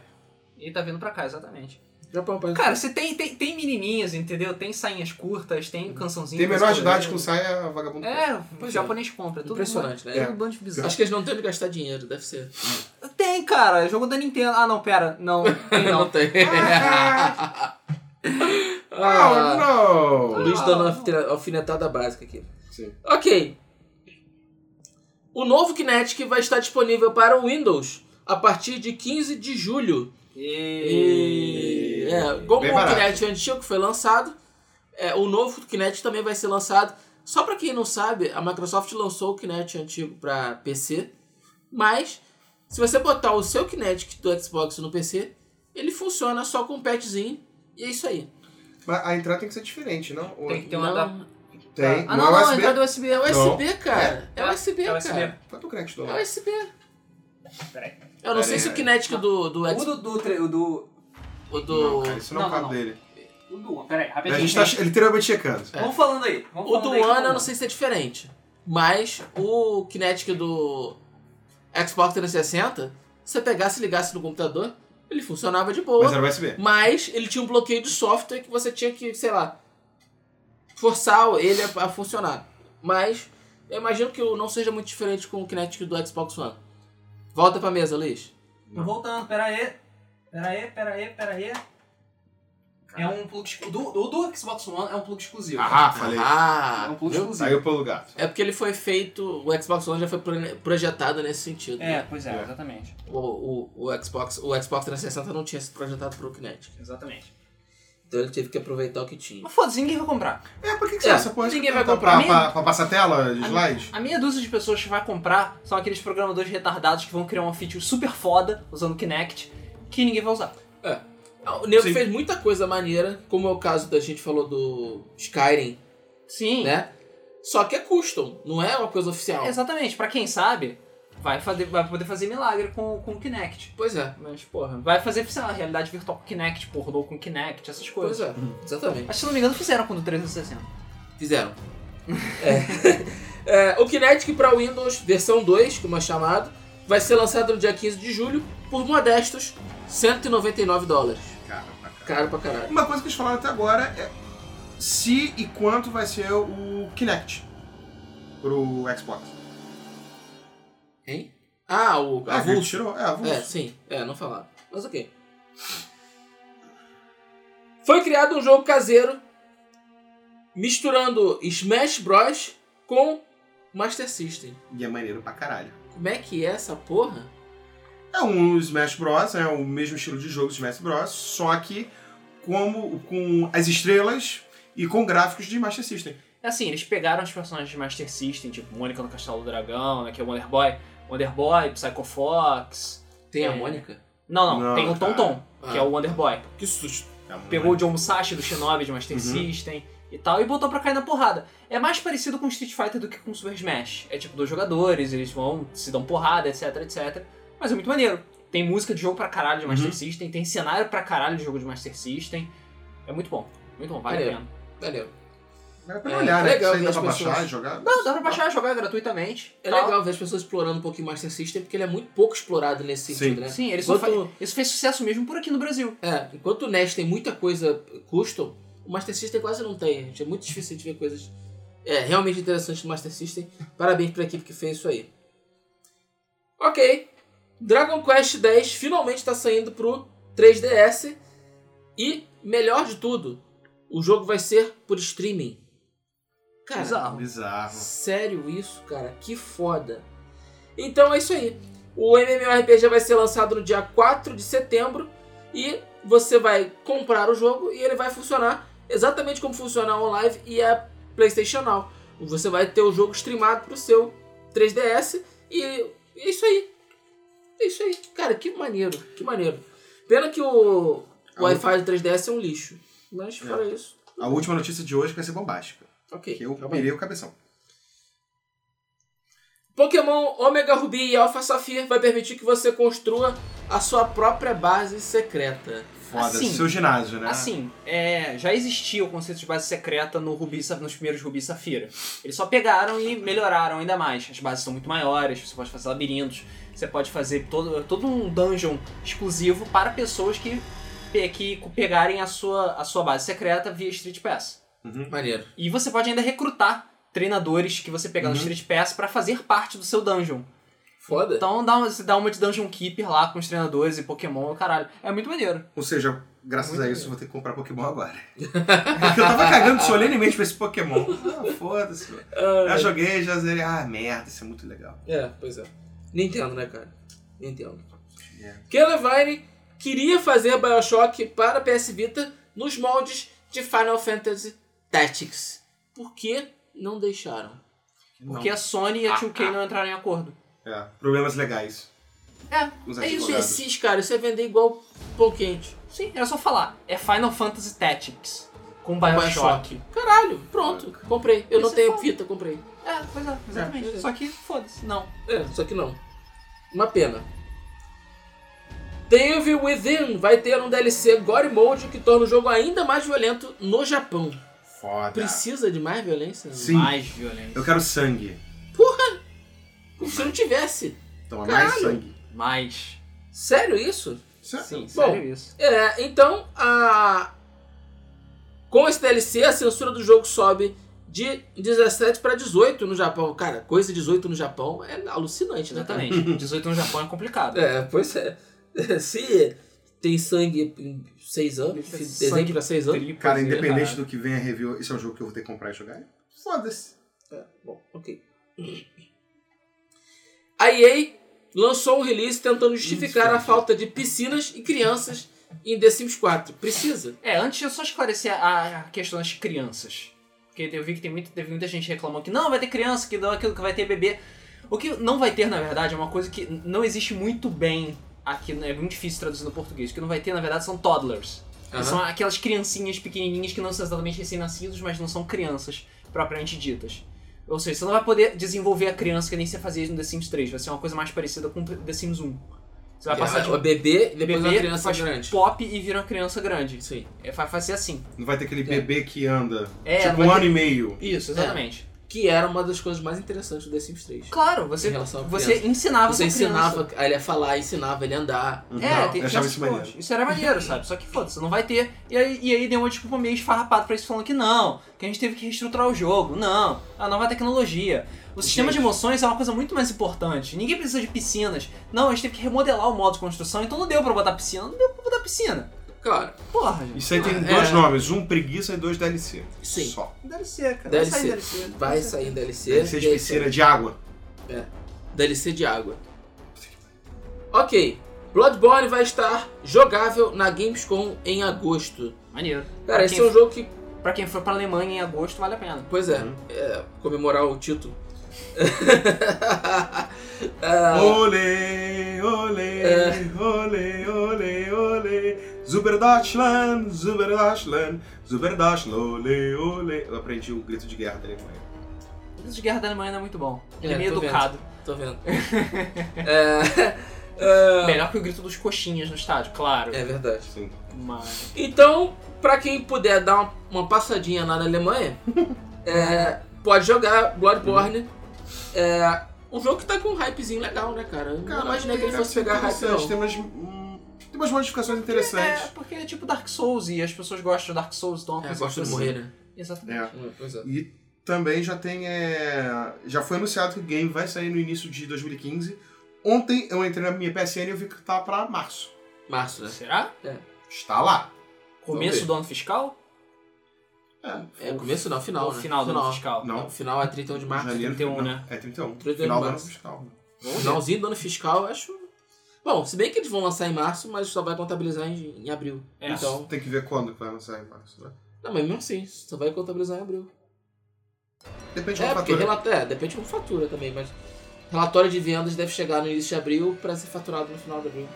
E tá vindo pra cá, exatamente.
O Japão é um país
Cara, você tem, tem, tem menininhas, entendeu? Tem sainhas curtas, tem cançãozinha.
Tem menor
coisa
de idade
colorida.
com saia vagabundo.
É, o
Pois
japonês compra. Tudo
Impressionante,
um-
né?
é um bando de bizarro.
Acho que eles não têm onde gastar dinheiro, deve ser.
Tem, cara. Jogo da Nintendo. Ah, não, pera. Não, tem
Não,
não.
tem.
Ah,
ah,
Oh, não!
Luiz dando uma alfine- alfinetada básica aqui.
Sim.
Ok. O novo Kinetic vai estar disponível para o Windows a partir de 15 de julho. E...
E...
É, como
Bem
o
barato.
Kinetic antigo foi lançado, é, o novo Kinetic também vai ser lançado. Só para quem não sabe, a Microsoft lançou o Kinetic antigo para PC, mas se você botar o seu Kinetic do Xbox no PC, ele funciona só com um patchzinho e é isso aí.
Mas a entrada tem que ser diferente, não? Ou-
Tem que ter uma da...
Tem.
Ah, não, não, a
USB.
entrada USB
É
é
Não.
USB, cara. É USB,
É USB.
cara.
Faz o crédito do
É
lado.
USB.
Peraí.
Eu não sei se
Peraí,
o
peraí.
Kinetic do, do
O
Xbox
do... do, tre- o do...
ou do.
Não, cara, isso não,
Não,
é o caso
não, não.
dele.
O do... Peraí,
A
rapidinho.
gente tá
gente.
literalmente checando.
Vamos falando aí. Vamos
O
falando
do
aí,
One eu
vamos
não sei se é diferente. Mas o Kinetic do Xbox 360, se você pegasse e ligasse no computador, ele funcionava de boa.
Mas é-
Mas,
era USB.
ele tinha um bloqueio de software que você tinha que, sei lá, forçar ele a, a funcionar. Mas eu imagino que não seja muito diferente com o Kinetic do Xbox One. Volta pra mesa, Luiz.
Tô voltando, pera aí. Pera aí, pera aí, pera aí. É um plug exclusivo. O do Xbox One é um plug exclusivo.
Ah, falei.
Ah,
é um plug
viu?
exclusivo.
Saiu pelo gato.
É porque ele foi feito, o Xbox One já foi prone- projetado nesse sentido. né?
É, pois é,
É.
exatamente.
O, o, o Xbox, o Xbox 360 não tinha sido projetado pro Kinetic.
Exatamente.
Então ele teve que aproveitar o que tinha.
Mas foda-se, ninguém vai comprar.
É, por que,
É,
que você essa porra? de
ninguém vai
pra-
comprar.
Pra, pra, pra passar tela, de slides?
A meia dúzia de pessoas que vai comprar são aqueles um programadores retardados que vão criar uma feature super foda usando Kinect que ninguém vai usar.
O Nego
Sim.
fez muita coisa maneira, como é o caso da gente falou do Skyrim,
Sim.
né? Só que é custom, não é uma coisa oficial.
Exatamente, pra quem sabe, vai, fazer, vai poder fazer milagre com, com o Kinect.
Pois é,
Mas, porra, vai fazer, sei lá, realidade virtual com Kinect, porra, ou com Kinect, essas coisas.
pois é, exatamente.
Mas se não me engano, fizeram com o do 360.
Fizeram. É. É, o Kinetic para Windows versão 2, como é chamado, vai ser lançado no dia 15 de julho por modestos 199 dólares.
Cara, pra caralho.
Caro pra caralho.
Uma coisa que eles falaram até agora é se e quanto vai ser o Kinect pro Xbox.
Hein? Ah, o
Ah, que
avulso.
tirou? É, avulso.
É, sim. É, não falaram. Mas ok. Foi criado um jogo caseiro misturando Smash Bros com Master System.
E é maneiro pra caralho.
Como é que é essa porra?
É um Smash Bros, é o mesmo estilo de jogo do Smash Bros, só que como, com as estrelas e com gráficos de Master System.
É assim, eles pegaram os personagens de Master System, tipo Mônica no Castelo do Dragão, né, que é o Wonder Boy, Wonder Boy, Psycho Fox.
Tem a
É.
Mônica?
Não, não,
Não,
tem o Tom
cara.
Tom, que é
Ah,
o Wonder Boy.
Que susto.
É um-
Pegou o John Musashi do Shinobi de Master
Uhum.
System e tal, e botou pra cair na porrada. É mais parecido com Street Fighter do que com Super Smash. É tipo, dois jogadores, eles vão, se dão porrada, etc, etc. Mas é muito maneiro. Tem música de jogo pra caralho de Master
Uhum.
System, tem cenário pra caralho de jogo de Master System. É muito bom. Muito bom, vale
Maneiro.
a pena.
Valeu.
Era pra
É,
olhar, né?
legal
Isso aí
ver
dá
as
pra baixar
pessoas.
e jogar.
Não, dá pra baixar e jogar gratuitamente.
É
tal.
legal ver as pessoas explorando um pouquinho Master System, porque ele é muito pouco explorado nesse
Sim.
sentido, né?
Sim, ele só faz...
Enquanto,
Isso fez sucesso mesmo por aqui no Brasil.
é, enquanto o NES tem muita coisa custom, o Master System quase não tem. gente. É muito difícil de ver coisas é, realmente interessantes no Master System. Parabéns pra equipe que fez isso aí. Ok. Dragon Quest X finalmente está saindo pro 3DS. E, melhor de tudo, o jogo vai ser por streaming. Cara,
Bizarro.
Bizarro.
Sério isso, cara? Que foda. Então é isso aí. O MMORPG vai ser lançado no dia 4 de setembro e você vai comprar o jogo e ele vai funcionar exatamente como funciona a OnLive e a PlayStation Now. Você vai ter o jogo streamado pro seu 3DS e é isso aí. É isso aí. Cara, que maneiro, que maneiro. Pena que o
A
Wi-Fi do 3DS é um lixo. Mas fora isso,
A última notícia de hoje vai ser bombástica.
ok.
Que eu
Tá bom.
pirei o cabeção.
Pokémon Omega Ruby e Alpha Safir vai permitir que você construa a sua própria base secreta.
Foda,
Assim.
seu ginásio, né?
Assim, é, já existia o conceito de base secreta no Rubi, e Sa- nos primeiros Rubi e Safira. Eles só pegaram e melhoraram ainda mais. As bases são muito maiores, você pode fazer labirintos, você pode fazer todo, todo um dungeon exclusivo para pessoas que, pe- que pegarem a sua, a sua base secreta via Street Pass.
Uhum.
Maneiro.
E você pode ainda recrutar treinadores que você pegar no
Uhum.
Street Pass para fazer parte do seu dungeon.
Foda.
Então dá uma, você dá uma de Dungeon Keeper lá com os treinadores e Pokémon, caralho. É muito maneiro.
Ou seja, graças
Muito
a isso eu vou ter que comprar Pokémon agora. Porque eu tava cagando solenemente pra esse Pokémon. Ah, foda-se. Já joguei, já zerei. Ah, merda, isso é muito legal.
É, pois é. Nintendo, né, cara? Nintendo.
É.
Kelevine queria fazer Bioshock para PS Vita nos moldes de Final Fantasy Tactics. Por que não deixaram?
Porque a Sony e
Ah,
a 2K não entraram em acordo.
Não. É, problemas legais.
É,
Os
Isso
é isso.
é
advogados.
esses, cara. Isso é vender igual pão quente.
Sim, era só falar. É Final Fantasy Tactics. Com Bioshock.
Caralho, pronto. Comprei. Eu
Isso
não
é
tenho
foda.
Vita, comprei.
É, pois é, exatamente.
É, é.
Só que foda-se, não.
É, só que não. Uma pena. The Evil Within vai ter um DLC Gore Mode que torna o jogo ainda mais violento no Japão.
Foda.
Precisa de mais violência?
Sim.
Mais violência.
Eu quero sangue.
Como se não tivesse.
Toma mais
Caralho.
sangue.
Mais.
Sério isso?
Sério?
Sim,
Bom,
sério isso.
É, então, a... com esse DLC, a censura do jogo sobe de 17 para 18 no Japão. Cara, coisa 18 no Japão é alucinante, né? cara?
Exatamente. 18 no Japão é complicado.
É, pois é. Se tem sangue em 6 anos,
Sangue
desenho para 6 anos,
Triplas
Cara,
e
independente
caralho.
do que venha a review, esse é um jogo que eu vou ter que comprar e jogar? Foda-se.
Bom, ok. A EA lançou um release tentando justificar a falta de piscinas e crianças em The Sims 4. Precisa?
É, antes eu só esclarecer a a questão das crianças. Porque eu vi que tem muito, teve muita gente reclamando que não vai ter criança, que não aquilo que vai ter bebê. O que não vai ter, na verdade, é uma coisa que não existe muito bem aqui é muito difícil traduzir no português, o que não vai ter, na verdade, são toddlers. que
Aham.
São aquelas criancinhas pequenininhas que não são exatamente recém-nascidos, mas não são crianças propriamente ditas. Ou seja, você não vai poder desenvolver a criança que nem você fazia no The Sims 3, vai ser uma coisa mais parecida com The Sims 1. Você vai passar de um
o bebê, depois
bebê,
uma criança
faz
grande.
pop e vira uma criança grande.
Sim.
É, vai fazer assim.
Não vai ter aquele bebê que anda.
É,
tipo
vai
um
ter-
ano e meio.
Isso, exatamente.
Que era uma das coisas mais interessantes do The Sims 3.
Claro, você,
É. Em relação à
você ensinava
Você
sua criança.
ensinava ele a falar, ensinava ele a andar.
É,
Não,
tem
eu
criança
achava
que
isso
curte.
maneiro.
Isso era maneiro, sabe? Só que foda-se, não vai ter. E aí, e aí deu um, tipo, uma desculpa meio esfarrapada pra isso, falando que não, que a gente teve que reestruturar o jogo. Não, a nova tecnologia. O sistema de emoções é uma coisa muito mais importante. Ninguém precisa de piscinas. Não, a gente teve que remodelar o modo de construção, então não deu pra botar piscina. Não deu pra botar piscina.
Claro,
Porra, gente.
Isso aí tem
É.
dois nomes, um preguiça e dois DLC.
Sim.
Só.
DLC, cara.
DLC.
Vai sair DLC.
vai sair DLC.
DLC de piscina de água.
DLC de água. Ok. Bloodborne vai estar jogável na Gamescom em agosto.
Maneiro.
Cara,
Pra
esse é
quem-
um jogo que,
Pra quem for pra Alemanha em agosto, vale a pena.
pois é,
Uhum.
é, comemorar o título. Ah,
Olê, olê,
É.
olê, olê, olê. Zuber Deutschland, Zuber Deutschland, Zuber Deutschland, olê, olê. Eu aprendi o grito de guerra da Alemanha.
O grito de guerra da Alemanha não é muito bom. Ele é,
É,
meio
tô vendo.
educado.
Tô vendo. é, é,
Melhor que o grito dos coxinhas no estádio, claro.
é verdade.
Sim.
Mas.
Então, pra quem puder dar uma, uma passadinha lá na Alemanha, é, pode jogar Bloodborne. É, um jogo que tá com um hypezinho legal, né, cara? Eu não imaginei que ele fosse pegar hype, não.
Tem umas, hum, tem umas modificações
É,
interessantes.
porque é tipo Dark Souls e as pessoas gostam de Dark Souls, então é uma
É,
coisa
gosta de
assim.
morrer, né?
Exatamente.
É.
Hum, Pois é.
E também já tem. é, Já foi anunciado que o game vai sair no início de 2015. Ontem eu entrei na minha PSN e eu vi que tá pra março.
Março, né?
Será?
Está lá.
Começo
Vamos
do ano fiscal?
É começo não, final,
Ou
né?
final do ano fiscal?
Não,
Não.
final é 31 de março.
Janeiro,
31,
não,
né?
É 31.
31 de
Final do ano
março.
fiscal.
Finalzinho do ano fiscal, eu acho. Bom, se bem que eles vão lançar em março, mas só vai contabilizar em, em abril.
É.
Então.
Tem que ver quando que vai lançar em março, né?
Não, mas mesmo assim, só vai contabilizar em abril.
Depende de
É,
uma
porque
fatura.
relato, é, depende como fatura também, mas relatório de vendas deve chegar no início de abril pra ser faturado no final de abril.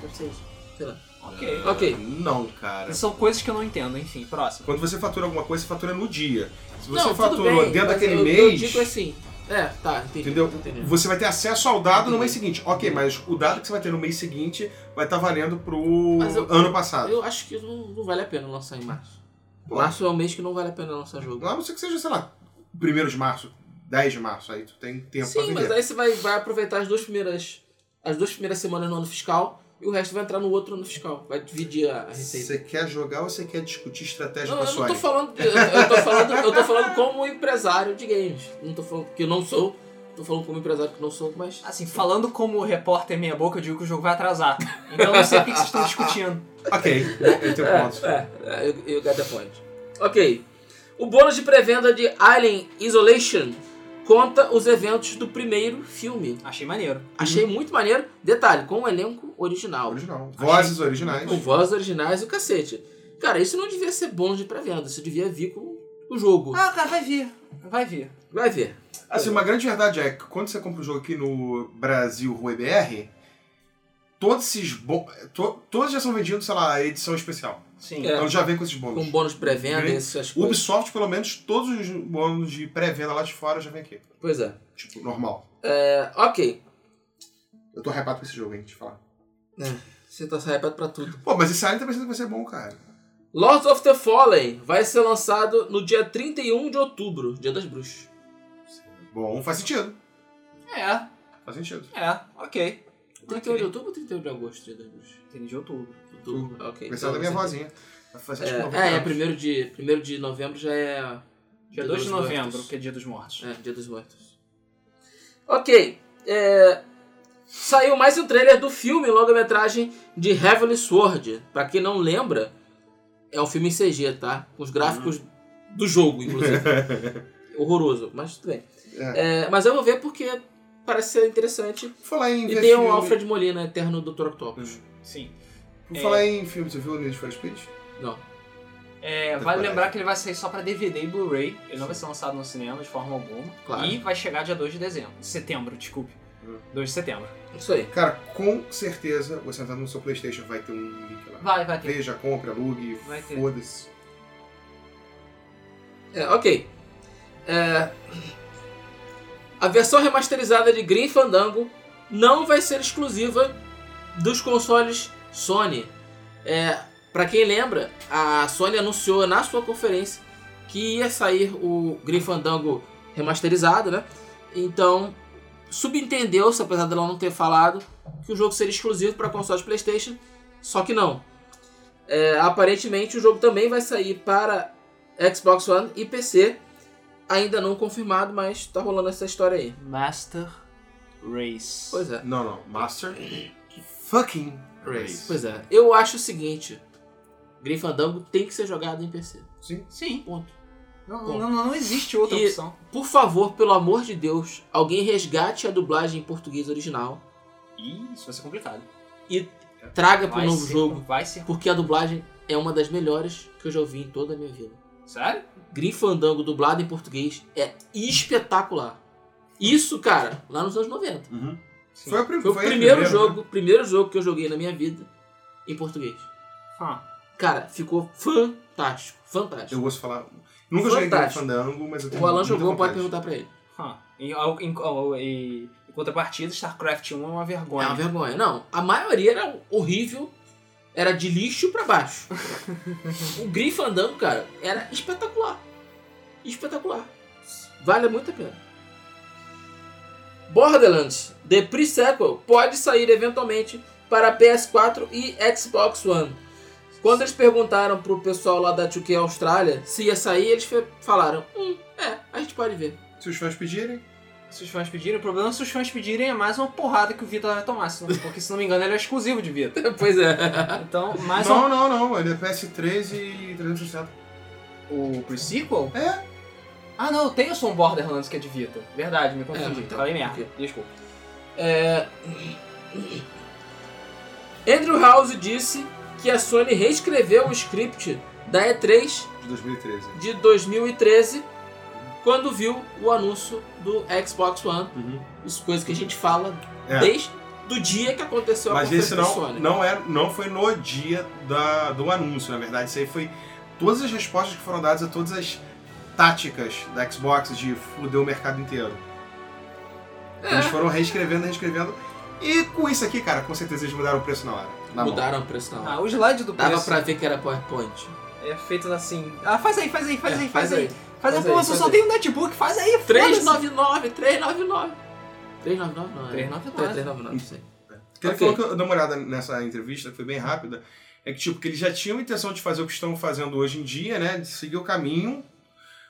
Deve ser isso. Sei lá.
Ok.
Ok.
Não, cara.
São coisas que eu não entendo, enfim, próximo.
Quando você fatura alguma coisa, você fatura no dia. Se você
não, tudo
faturou
bem, mas
dentro daquele
eu, Eu
mês,
digo assim. É, tá, entendi.
Entendeu?
entendi.
você vai ter acesso ao dado no
Entendi.
mês seguinte. Ok, mas o dado que você vai ter no mês seguinte vai estar valendo pro
Mas eu-
ano passado.
Eu acho que não, não vale a pena lançar em março.
Pô.
Março é um mês que não vale a pena lançar jogo.
A não ser que seja, sei lá, 1 de março, 10 de março, aí tu tem tempo pra
Sim,
vender.
mas aí você vai, vai aproveitar as duas primeiras as duas primeiras semanas no ano fiscal e o resto vai entrar no outro ano fiscal. Vai dividir a a receita.
Você quer jogar ou você quer discutir estratégia
Não,
com a
eu não
sua
tô
área?
falando, de- eu, eu tô falando, eu tô falando como empresário de games. Não tô falando que eu não sou, tô falando como empresário que eu não sou, mas
Assim, falando como repórter meia boca, eu digo que o jogo vai atrasar. Então eu não sei o que que vocês estão discutindo.
Ok, eu tenho um ponto.
é, eu, eu got the point. OK. O bônus de pré-venda de Alien Isolation conta os eventos do primeiro filme.
Achei maneiro.
Achei
Uhum.
muito maneiro. Detalhe, com o elenco original.
Original. Vozes originais.
Com vozes originais e o cacete. Cara, isso não devia ser bônus de pré-venda, isso devia vir com o jogo.
Ah, cara, vai vir. Vai vir.
Vai ver.
Assim, uma grande verdade é que quando você compra um jogo aqui no Brasil, Rua EBR, todos esses bom... to- todos já são vendidos, sei lá, edição especial.
Sim.
É.
Então já vem com esses bônus.
Com bônus de pré-venda e
Grande-
essas
O
coisas.
Ubisoft, pelo menos, todos os bônus de pré-venda lá de fora já vem aqui.
Pois é.
Tipo, normal.
É, ok.
Eu tô hypado com esse jogo, hein, te falar.
Você tá hypado pra tudo.
Pô, mas esse Alien tá pensando que vai ser bom, cara.
Lords of the Fallen vai ser lançado no dia 31 de outubro, dia das bruxas.
Bom, faz sentido.
É,
Faz sentido.
Então,
é, ok.
31 de outubro ou 31 de agosto, dia das bruxas?
Tem de outubro.
Outubro, ok. então
Pensando da minha vozinha. Vai fazer, acho que
É,
90
é, é,
anos.
primeiro de, primeiro de novembro já é
Dia
Dia
2 de
dos Mortos.
novembro, que é dia dos mortos.
É, Dia dos Mortos. Ok. é, Saiu mais um trailer do filme longa-metragem de Heavenly Sword. Pra quem não lembra, é um filme em CG, tá? Com os gráficos do jogo, inclusive. Horroroso, mas tudo bem.
É.
É, mas eu vou ver porque parece ser interessante.
Falar em
E
ver
tem o
filme- Hum.
Alfred é. Molina, eterno Dr. Octopus.
Sim.
Por falar em filme, você viu o Need for Speed?
Não.
É, vale
Temporada.
lembrar que ele vai sair só pra DVD e Blu-ray. Ele não vai ser lançado no cinema de forma alguma.
Claro. Hum.
E vai chegar dia 2 de dezembro. de Setembro, desculpe. 2 de setembro.
é Isso aí.
Cara, com certeza você entrando no seu Playstation vai ter um link lá.
Vai, vai ter.
Veja, compre, alugue,
Vai ter.
foda-se.
É, ok. É, A versão remasterizada de Green Fandango não vai ser exclusiva dos consoles Sony. É, para quem lembra, a Sony anunciou na sua conferência que ia sair o Green Fandango remasterizado, né? Então, subentendeu-se, apesar dela não ter falado, que o jogo seria exclusivo para consoles PlayStation, só que não. É, aparentemente, o jogo também vai sair para Xbox One e PC. Ainda não confirmado, mas tá rolando essa história aí.
Master Race.
Pois é.
Não, não. Master fucking
Race.
Race.
Pois é. Eu acho o seguinte: Grim Fandango tem que ser jogado em PC.
Sim.
Sim.
Ponto.
Não,
é. Bom.
não, não existe outra
E-
opção.
Por favor, pelo amor de Deus, alguém resgate a dublagem em português original
Ih, isso vai ser complicado.
e traga É pro
Vai
novo
ser-
jogo,
Vai ser.
porque a dublagem é uma das melhores que eu já ouvi em toda a minha vida.
Sério?
Grim Fandango dublado em português é espetacular. Isso, cara, lá nos anos 90.
Uhum.
Sim.
Foi, a prim-
Foi o
foi a
primeiro
primeira,
jogo, primeiro jogo que eu joguei na minha vida em português.
Ah,
Cara, ficou fantástico,
né?
fantástico.
Eu gosto falar. Nunca joguei Grande
Fantástico.
Fandango, mas eu tenho
O Alan
muita
jogou, pode
vontade.
perguntar pra ele.
ah. Em, em, em, em contrapartida, StarCraft 1 é uma vergonha.
É uma vergonha. Não, a maioria era horrível, era de lixo pra baixo. o Grim Fandango, cara, era espetacular. Espetacular. Vale muito a pena. Borderlands The Pre-Sequel pode sair eventualmente para PS4 e Xbox One. Quando eles perguntaram pro pessoal lá da 2K Austrália se ia sair, eles fe- falaram: Hum, é, a gente pode ver.
Se os fãs pedirem,
Se os fãs pedirem, o problema é se os fãs pedirem é mais uma porrada que o Vita vai tomar, se não- porque se não me engano ele é exclusivo de Vita.
pois é.
Então, mais
não,
uma...
não, não. Ele é PS3 e 360.
O pre-sequel?
É.
Ah não, tem o som Borderlands que é de Vita. Verdade, me confundi.
É, então,
Falei merda.
ok.
Desculpa.
Andrew House disse que a Sony reescreveu o script da E3
De 2013.
de 2013 quando viu o anúncio do Xbox One.
Uhum.
Isso coisa que a gente fala
É.
desde o dia que aconteceu a
Mas esse
conferência da
não,
Sony.
não, é, não foi no dia da, do anúncio, na verdade. Isso aí foi todas as respostas que foram dadas a todas as táticas da Xbox de fuder o mercado inteiro.
É.
Eles foram reescrevendo, reescrevendo. E com isso aqui, cara, com certeza eles mudaram o preço na hora. Na mão.
Mudaram o preço na hora.
Ah, o slide do
então. Dava
preço
pra ver que era PowerPoint.
é feito assim. Ah, faz aí, faz aí, faz
É,
aí, faz, assim. aí. Faz, aí,
faz
pô,
aí,
mas eu
faz
só
aí.
tenho um netbook, faz aí, foda-se.
399, 399. 399 não, é?
399.
399, não sei.
O que ele
Ok.
falou que eu dei uma olhada nessa entrevista, que foi bem rápida, é que, tipo, que eles já tinham a intenção de fazer o que estão fazendo hoje em dia, né? De seguir o caminho,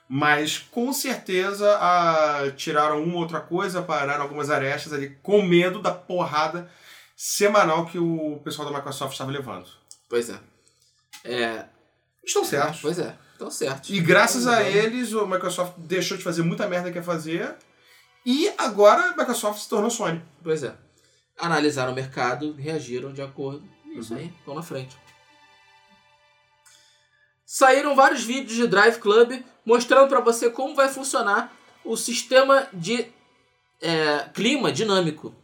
mas com certeza ah, tiraram uma ou outra coisa, pararam algumas arestas ali, com medo da porrada semanal que o pessoal da Microsoft estava levando.
Pois é. É,
Estão certos.
pois é. Então certo.
E graças a eles, o Microsoft deixou de fazer muita merda que ia fazer, e agora a Microsoft se tornou Sony.
Pois é. Analisaram o mercado, reagiram de acordo. E é Isso
Uhum.
aí, estão na frente. Saíram vários vídeos de Drive Club mostrando para você como vai funcionar o sistema de é, clima dinâmico.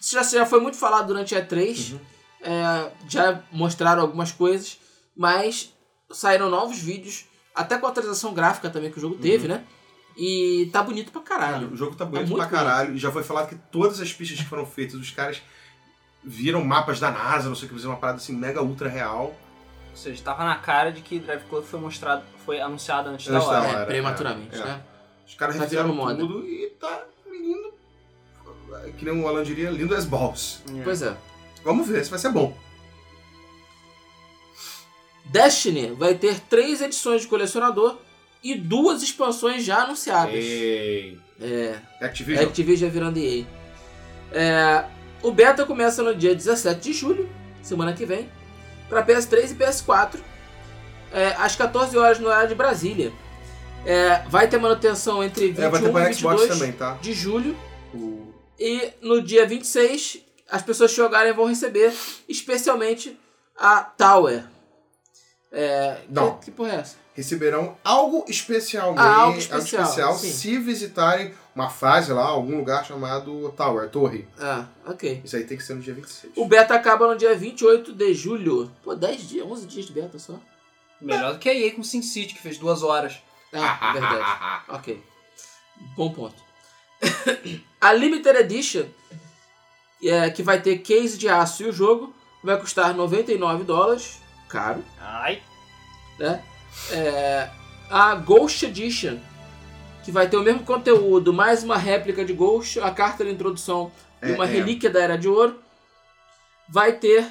Isso já, já foi muito falado durante a E3.
Uhum.
É, já mostraram algumas coisas, mas saíram novos vídeos, até com a atualização gráfica também que o jogo teve,
Uhum.
né? E tá bonito pra caralho.
O jogo tá bonito
muito
pra caralho. Já foi falado que todas as pistas que foram feitas, os caras viram mapas da NASA, não sei o que, fizeram uma parada assim mega ultra real.
Ou seja, tava na cara de que Drive Club foi mostrado, foi anunciado antes da
Antes da
hora.
hora.
É,
era-
prematuramente,
é.
né?
Os caras
Tá
refizeram
virando moda.
tudo e tá lindo. É Que nem o Alan diria, lindo as balls.
É.
Pois é.
Vamos ver se vai ser bom.
Destiny vai ter três edições de colecionador e duas expansões já anunciadas.
Ei.
É,
Activision.
Activision virando EA. É, o beta começa no dia 17 de julho, semana que vem, para PS3 e PS4, é, às 14 horas no horário de Brasília. É, vai ter manutenção entre 21
É, vai ter pra
e
Xbox
22
também, tá?
de julho
O-
e no dia 26 as pessoas que jogarem vão receber, especialmente a Tower. É,
Não.
Que, que porra é essa?
Receberão algo especial
Ah, algo
mesmo,
especial, sim.
se visitarem uma fase lá, algum lugar chamado Tower, Torre.
Ah, ok.
Isso aí tem que ser no dia 26.
O beta acaba no dia 28 de julho. Pô, 10 dias, 11 dias de beta só.
Melhor do que a EA com Sin City, que fez duas horas.
Ah, verdade. Ok. Bom ponto. a Limited Edition, é, que vai ter case de aço e o jogo, vai custar 99 dólares, caro,
Ai.
né? É, a Ghost Edition, que vai ter o mesmo conteúdo, mais uma réplica de Ghost, a carta de introdução e
É,
uma
é.
relíquia da Era de Ouro, vai ter,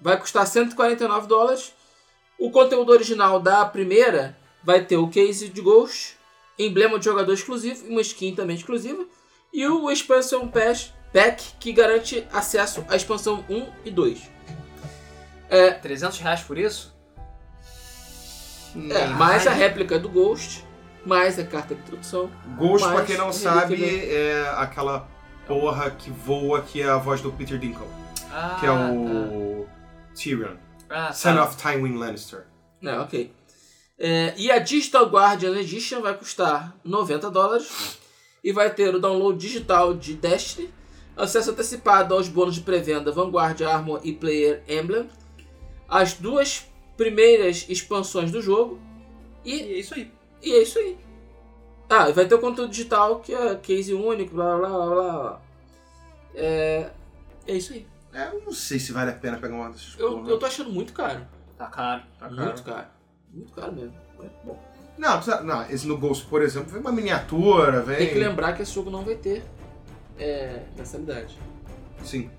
vai custar 149 dólares. O conteúdo original da primeira vai ter o case de Ghost, emblema de jogador exclusivo e uma skin também exclusiva. E o Expansion Pass Pack, que garante acesso à expansão 1 e 2.
300 reais por isso?
É, mais a réplica do Ghost, mais a carta de introdução.
Ghost, pra
Mas,
quem não
relíquia
sabe,
do-
é aquela porra que voa, que é a voz do Peter Dinklage,
Ah,
que é o Tyrion,
tá. Ah,
son
tá.
of Tywin Lannister.
É, ok. É, e a Digital Guardian Edition vai custar 90 dólares e vai ter o download digital de Destiny, acesso antecipado aos bônus de pré-venda Vanguard Armor e Player Emblem, as duas primeiras expansões do jogo
E é isso aí.
E é isso aí. Ah, e vai ter o conteúdo digital que é case único, blá blá blá blá. blá. É, é isso aí.
É, eu não sei se vale a pena pegar uma dessas
Eu,
porra.
eu tô achando muito caro.
Tá caro.
Uhum. Tá caro.
Muito caro. Muito caro mesmo. Mas, bom,
Não, precisa- não, esse no Ghost, por exemplo, vem uma miniatura, vem...
tem que lembrar que esse jogo não vai ter é, mensalidade.
Sim.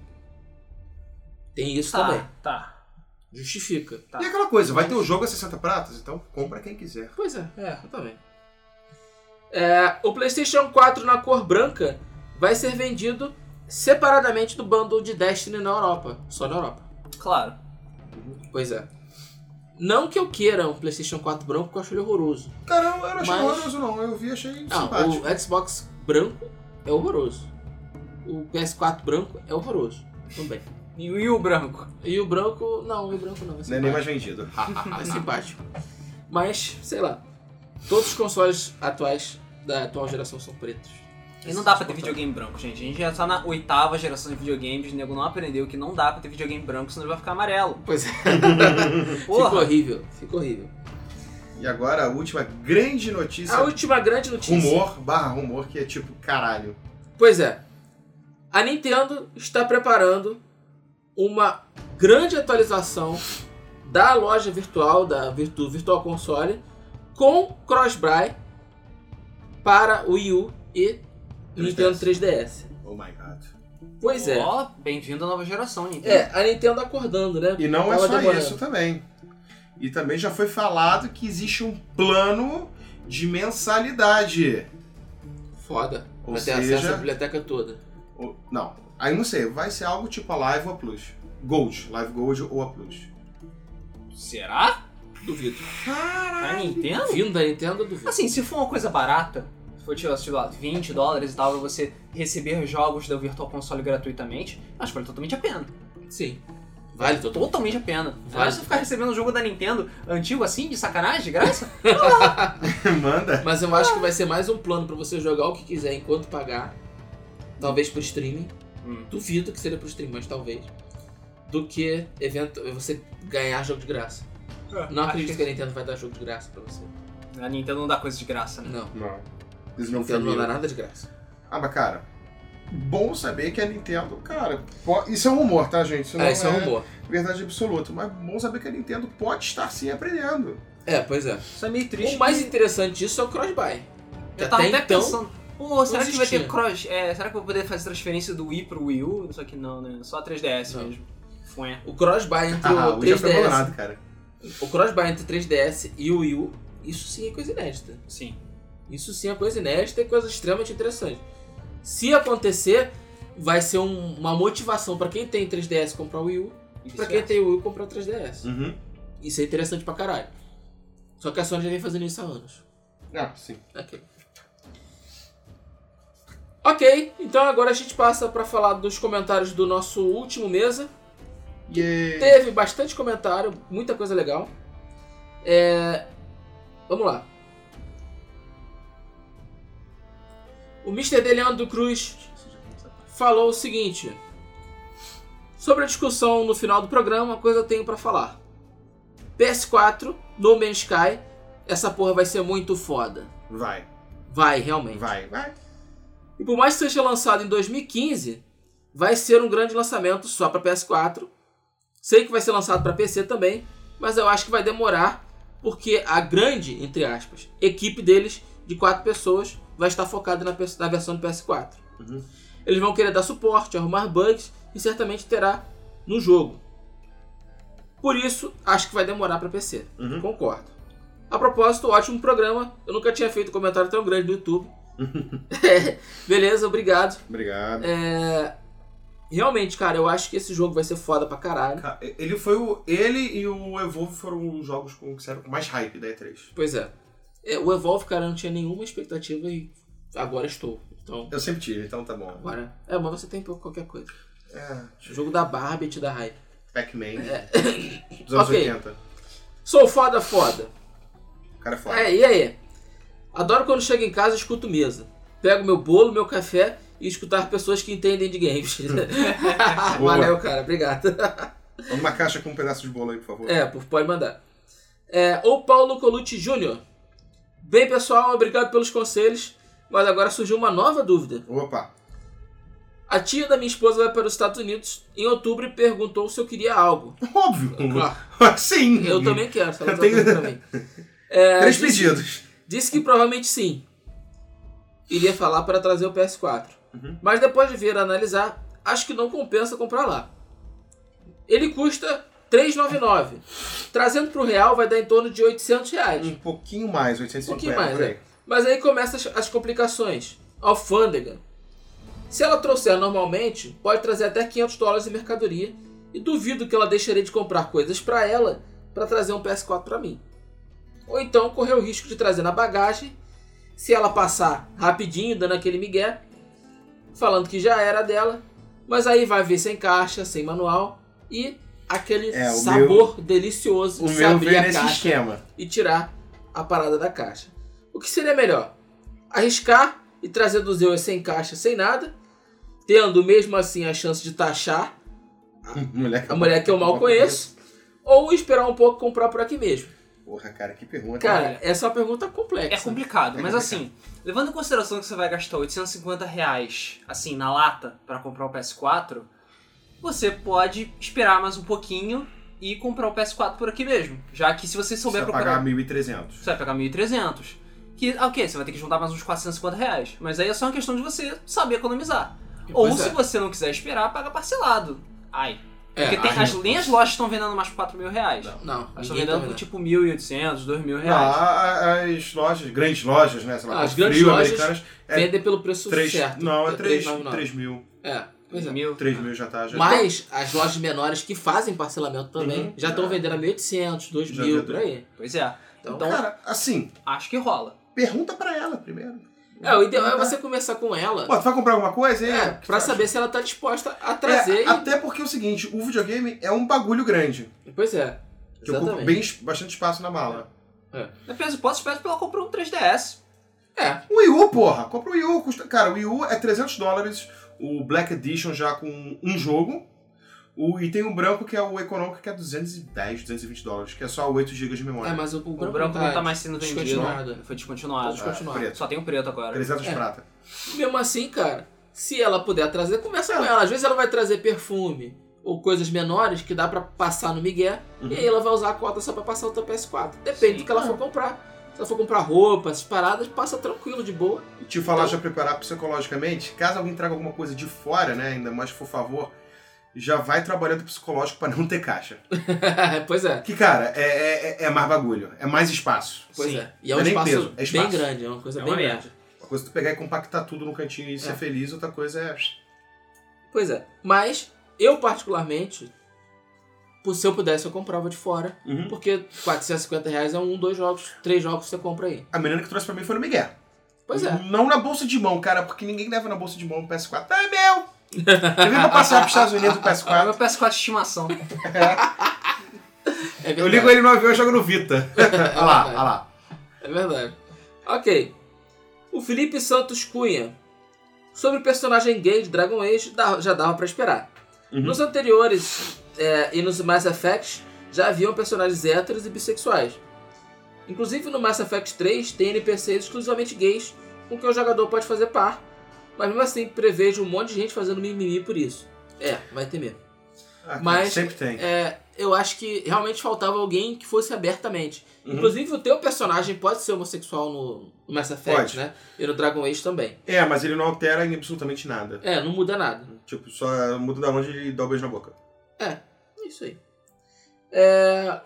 Tem isso
Tá,
também.
tá.
Justifica.
Tá.
E aquela coisa, vai ter o jogo a 60 pratas, então compra quem quiser.
Pois é, é, eu também. É, o PlayStation 4 na cor branca vai ser vendido separadamente do bundle de Destiny na Europa. Só na Europa.
Claro.
Pois é. Não que eu queira um PlayStation 4 branco, porque eu acho ele horroroso.
Cara, eu não achei
Mas-
horroroso não, eu vi achei
Não,
simpático.
o Xbox branco é horroroso. O PS4 branco é horroroso. Também.
E o- e o branco?
E o branco, não, e o branco não. É
Não é nem mais
simpático.
vendido.
É simpático. Mas, sei lá. Todos os consoles atuais da atual geração são pretos.
E não dá pra ter videogame branco, gente. A gente já tá na oitava geração de videogames, o nego não aprendeu que não dá pra ter videogame branco, senão ele vai ficar amarelo.
Pois é. Ficou
Porra!
horrível. Ficou horrível.
E agora a última grande notícia.
A última grande notícia.
é Rumor, barra rumor, que é tipo, caralho.
Pois é. A Nintendo está preparando uma grande atualização da loja virtual, da Virtu, Virtual Console, com Crossbuy para Wii U e Nintendo 3DS.
Oh my god.
Pois é.
Ó, bem-vindo à nova geração, Nintendo.
É, a Nintendo acordando, né?
E não é
Tava
só
demorando.
isso também. E também já foi falado que existe um plano de mensalidade.
Foda.
Ou
Vai ter acesso
seja-
à biblioteca toda.
Ou- Não, aí não sei, vai ser algo tipo a Live ou a Plus. Gold, Live Gold ou a Plus.
Será?
Duvido.
A Nintendo?
Vindo da Nintendo, duvido.
Assim, se for uma coisa barata, se for tipo, sei lá, 20 dólares e tal, pra você receber jogos da Virtual Console gratuitamente, acho que vale totalmente a pena.
Sim. Vale total.
Totalmente a pena.
Vale.
Agora você ficar recebendo um jogo da Nintendo antigo assim, de sacanagem, de graça?
Manda.
Mas eu acho que vai ser mais um plano pra você jogar o que quiser enquanto pagar. Talvez pro streaming.
Hum.
Duvido que seria pro streaming, mas talvez. Do que evento, você ganhar jogo de graça. Não
Acho
acredito que a Nintendo vai dar jogo de graça pra você.
que A Nintendo não dá coisa de graça, né?
Não.
Não. Eles não
Nintendo não
foram.
dá nada de graça.
Ah, mas cara, bom saber que a Nintendo, cara, po- isso é um rumor, tá, gente? Isso não
É, isso é um rumor.
verdade absoluta, mas bom saber que a Nintendo pode estar sim aprendendo.
É, pois é.
Isso é meio triste.
O mais
que-
interessante disso é o cross-buy. Que
Eu tava
até
até
então,
pensando, pô, será que vai
existia.
ter cross? é, será que eu vou poder fazer transferência do Wii pro Wii U? Só que não, né? Só 3DS
Não.
mesmo. é, Fué.
o cross-buy entre
Ah,
o
o já foi
3DS,
abandonado, cara.
o cross-buy entre o 3DS e o Wii U, isso sim é coisa inédita.
Sim.
Isso sim é coisa inédita e coisa extremamente interessante. Se acontecer, vai ser um- uma motivação pra quem tem 3DS comprar o Wii U,
Isso
pra
é. Hum.
quem tem o Wii U comprar o 3DS.
Uhum.
Isso é interessante pra caralho. Só que a Sony já vem fazendo isso há anos.
Ah, sim.
Ok. Ok, então agora a gente passa pra falar dos comentários do nosso último mesa.
Yeah.
Teve bastante comentário, muita coisa legal. É... Vamos lá. O Mr. De Leandro Cruz falou o seguinte: Sobre a discussão no final do programa, uma coisa eu tenho pra falar. PS4, No Man's Sky, essa porra vai ser muito foda.
Vai,
Vai, realmente.
vai, vai.
E por mais que seja lançado em 2015, vai ser um grande lançamento só para PS4. Sei que vai ser lançado para PC também, mas eu acho que vai demorar porque a grande, entre aspas, equipe deles de quatro pessoas vai estar focada na, pers- na versão do PS4.
Uhum.
Eles vão querer dar suporte, arrumar bugs e certamente terá no jogo. Por isso, acho que vai demorar para PC.
Uhum.
Concordo. A propósito, ótimo programa. Eu nunca tinha feito um comentário tão grande no YouTube. É, Beleza, obrigado.
Obrigado.
É. Realmente, cara, eu acho que esse jogo vai ser foda pra caralho.
Ca- Ele foi o. Ele e o Evolve foram os jogos com, que saíram com mais hype da E3.
Pois é. É, O Evolve, cara, eu não tinha nenhuma expectativa e agora estou. Então,
Eu sempre tive, então tá bom.
agora. É, mas você tem pouco qualquer coisa.
É,
O jogo da Barbie te dá hype.
Pac-Man. Dos anos
É. Ok.
80.
Sou foda, foda.
O cara é foda.
É, e aí? Adoro quando chego em casa e escuto mesa. Pego meu bolo, meu café e escutar pessoas que entendem de games. Valeu, cara. Obrigado.
Uma caixa com um pedaço de bolo aí, por favor.
É, por- pode mandar. É, o Paulo Colucci Jr. Bem, pessoal, obrigado pelos conselhos, mas agora surgiu uma nova dúvida.
Opa.
A tia da minha esposa vai para os Estados Unidos em outubro e perguntou se eu queria algo.
Óbvio.
Claro,
Sim.
eu também quero, se ela
Uhum. Eu
tá
tenho-
fazendo pra mim. É,
Três
disse-
pedidos.
Disse que provavelmente sim. Iria falar para trazer o PS4.
Uhum.
Mas depois de vir analisar, acho que não compensa comprar lá. Ele custa 3,99. Trazendo para o real vai dar em torno de 800 reais.
Um pouquinho mais, 850.
Um pouquinho mais,
por aí.
Mas aí começam as, as complicações. Alfândega. Se ela trouxer normalmente, pode trazer até 500 dólares em mercadoria. E duvido que ela deixaria de comprar coisas para ela para trazer um PS4 para mim. Ou então correr o risco de trazer na bagagem. Se ela passar rapidinho, dando aquele migué, falando que já era dela. Mas aí vai ver sem caixa, sem manual e aquele
É, o meu-
sabor delicioso
O
de
meu
abrir
veio
a
nesse
caixa
esquema.
e tirar a parada da caixa. O que seria melhor? Arriscar e trazer dos euros sem caixa, sem nada, tendo mesmo assim a chance de taxar
Mulher
a mulher que eu mal conheço, ou esperar um pouco e comprar por aqui mesmo?
Porra, cara, que pergunta.
Cara, essa é uma pergunta complexa.
É complicado,
É
mas
complicado.
assim, levando em consideração que você vai gastar 850 reais, assim, na lata, pra comprar o PS4, você pode esperar mais um pouquinho e comprar o PS4 por aqui mesmo. Já que se você souber
Você vai
procurar,
pagar 1.300.
você vai pagar 1.300. Que, ah, ok, você vai ter que juntar mais uns 450 reais. Mas aí é só uma questão de você saber economizar. Ou
Pois
se
é.
você não quiser esperar, paga parcelado. Ai.
É,
Porque tem,
a-
as, nem as lojas estão vendendo mais por 4 mil reais.
Não.
Não,
Elas estão
ninguém
vendendo
tá Ah,
por
vendo.
tipo 1.800, 2.000
Não,
reais.
É, a- a- as lojas, grandes lojas, né? Sei lá,
Ah, As
Costco,
grandes
Frio,
lojas
americanas. é
Vendem pelo preço
três-
certo.
não, é 3,
3,99.
3 mil.
É, pois é.
1.000.
3 mil já tá. Já
Mas as lojas menores que fazem parcelamento também
Uhum.
já estão vendendo a 1.800, 2.000,
vendeu.
por aí.
Pois é.
Então,
então
Cara, assim,
Acho que rola.
pergunta pra ela primeiro.
É, o ideal é você conversar com ela.
Pô, tu vai comprar alguma coisa? E aí,
É,
o que
pra
tu
saber se ela tá disposta a
acha? É,
trazer. e-
Até porque é o seguinte, o videogame é um bagulho grande.
Pois é.
Que ocupa
Exatamente.
bem, es- bastante espaço na mala.
Depende, eu É posso esperar pra ela comprar um 3DS.
É,
O Um Wii U, porra, compra o Wii U. Custa... Cara, o Wii U é 300 dólares. O Black Edition já com um jogo. O... E tem o branco que é o econômico que é 210, 220 dólares. Que é só 8 GB de memória.
é, mas o,
O branco não tá mais sendo vendido.
descontinuado.
Foi descontinuado. Ah.
Tá descontinuado.
preto.
Só tem o preto agora.
300
É.
prata.
Mesmo assim, cara, se ela puder trazer, conversa com ela. Às vezes ela vai trazer perfume ou coisas menores que dá pra passar no Miguel.
Uhum. É.
E aí ela vai usar a cota só pra passar o teu PS4. Depende
Sim.
do que ela for comprar. Se ela for comprar roupa, essas paradas, passa tranquilo, de boa.
E te falar,
Então-
já preparar psicologicamente, caso alguém traga alguma coisa de fora, né? Ainda mais por favor, já vai trabalhando psicológico pra não ter caixa.
pois é.
Que, cara, é, é, é mais bagulho, é mais espaço.
Pois
Sim.
é. E é um
Não é nem
espaço,
peso, é espaço.
bem grande, é uma coisa
É
bem
uma
grande.
Uma coisa é tu pegar e compactar tudo no cantinho e ser
É.
feliz, outra coisa é.
Pois é. Mas, eu particularmente, se eu pudesse, eu comprava de fora.
Uhum.
Porque 450 reais é um, dois jogos, três jogos que você compra aí.
A menina que trouxe pra mim foi no Miguel.
Pois é.
Não na bolsa de mão, cara, porque ninguém leva na bolsa de mão o PS4. Ah, é meu! Eu vim pra passar pros Estados Unidos o
Agora Ah, meu
PS4.
PS4 de estimação.
É verdade. Ah,
Eu ligo ele no avião e jogo no Vita. olha lá, olha lá.
É verdade. Ok. O Felipe Santos Cunha Sobre o personagem gay de Dragon Age, dá- já dava pra esperar.
Uhum.
Nos anteriores é, e nos Mass Effect, já haviam personagens héteros e bissexuais. Inclusive no Mass Effect 3 tem NPCs exclusivamente gays com quem o jogador pode fazer par, mas mesmo assim prevejo um monte de gente fazendo mimimi por isso. É, vai ter mesmo.
Ah,
Mas-
Sempre tem.
É, eu acho que realmente faltava alguém que fosse abertamente.
Uhum.
Inclusive o teu personagem pode ser homossexual no no Mass Effect,
Pode.
né? E no Dragon Age também.
É, mas ele não altera em absolutamente nada.
É, não muda nada.
Tipo, só muda da onde ele dá o beijo na boca.
É isso aí. É,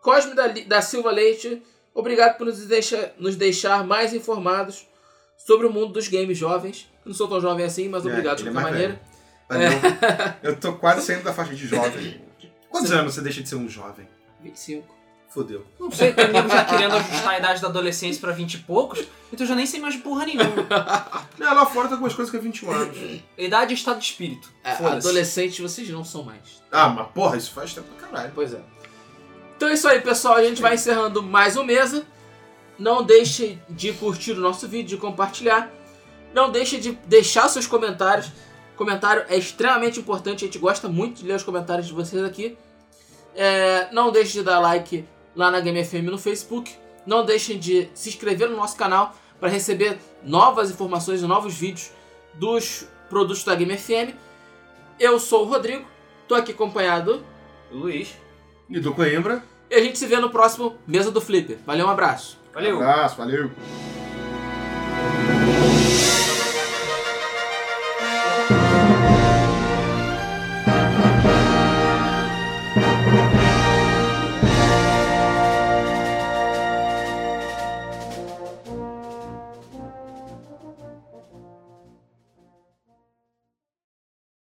Cosme da, Li- da Silva Leite, obrigado por nos deixar, nos deixar mais informados sobre o mundo dos games jovens. Eu Não sou tão jovem assim, mas
É,
obrigado de
ele é
qualquer
mais
maneira. É.
Mas Tá, Eu, eu tô quase saindo da faixa de jovem. Quantos anos você deixa de ser um jovem?
25.
Fodeu.
Não sei, tem nego já querendo ajustar a idade da adolescência pra 20 e poucos, então eu já nem sei mais de porra nenhuma.
Não, lá fora tem algumas coisas que é 21 anos.
Idade é estado de espírito.
É,
Foda-se.
adolescentes vocês não são mais.
Ah, mas porra, isso faz tempo pra caralho.
Pois é. Então é isso aí, pessoal. A gente vai encerrando mais um Mesa. Não deixe de curtir o nosso vídeo, de compartilhar. Não deixe de deixar seus comentários. Comentário é extremamente importante. A gente gosta muito de ler os comentários de vocês aqui. É, não deixe de dar like lá na Game FM no Facebook. Não deixem de se inscrever no nosso canal para receber novas informações e novos vídeos dos produtos da Game FM. Eu sou o Rodrigo, estou aqui acompanhado
Luiz.
E do Coimbra.
e a gente se vê no próximo Mesa do Flipper. Valeu, um abraço.
Valeu.
Abraço, valeu.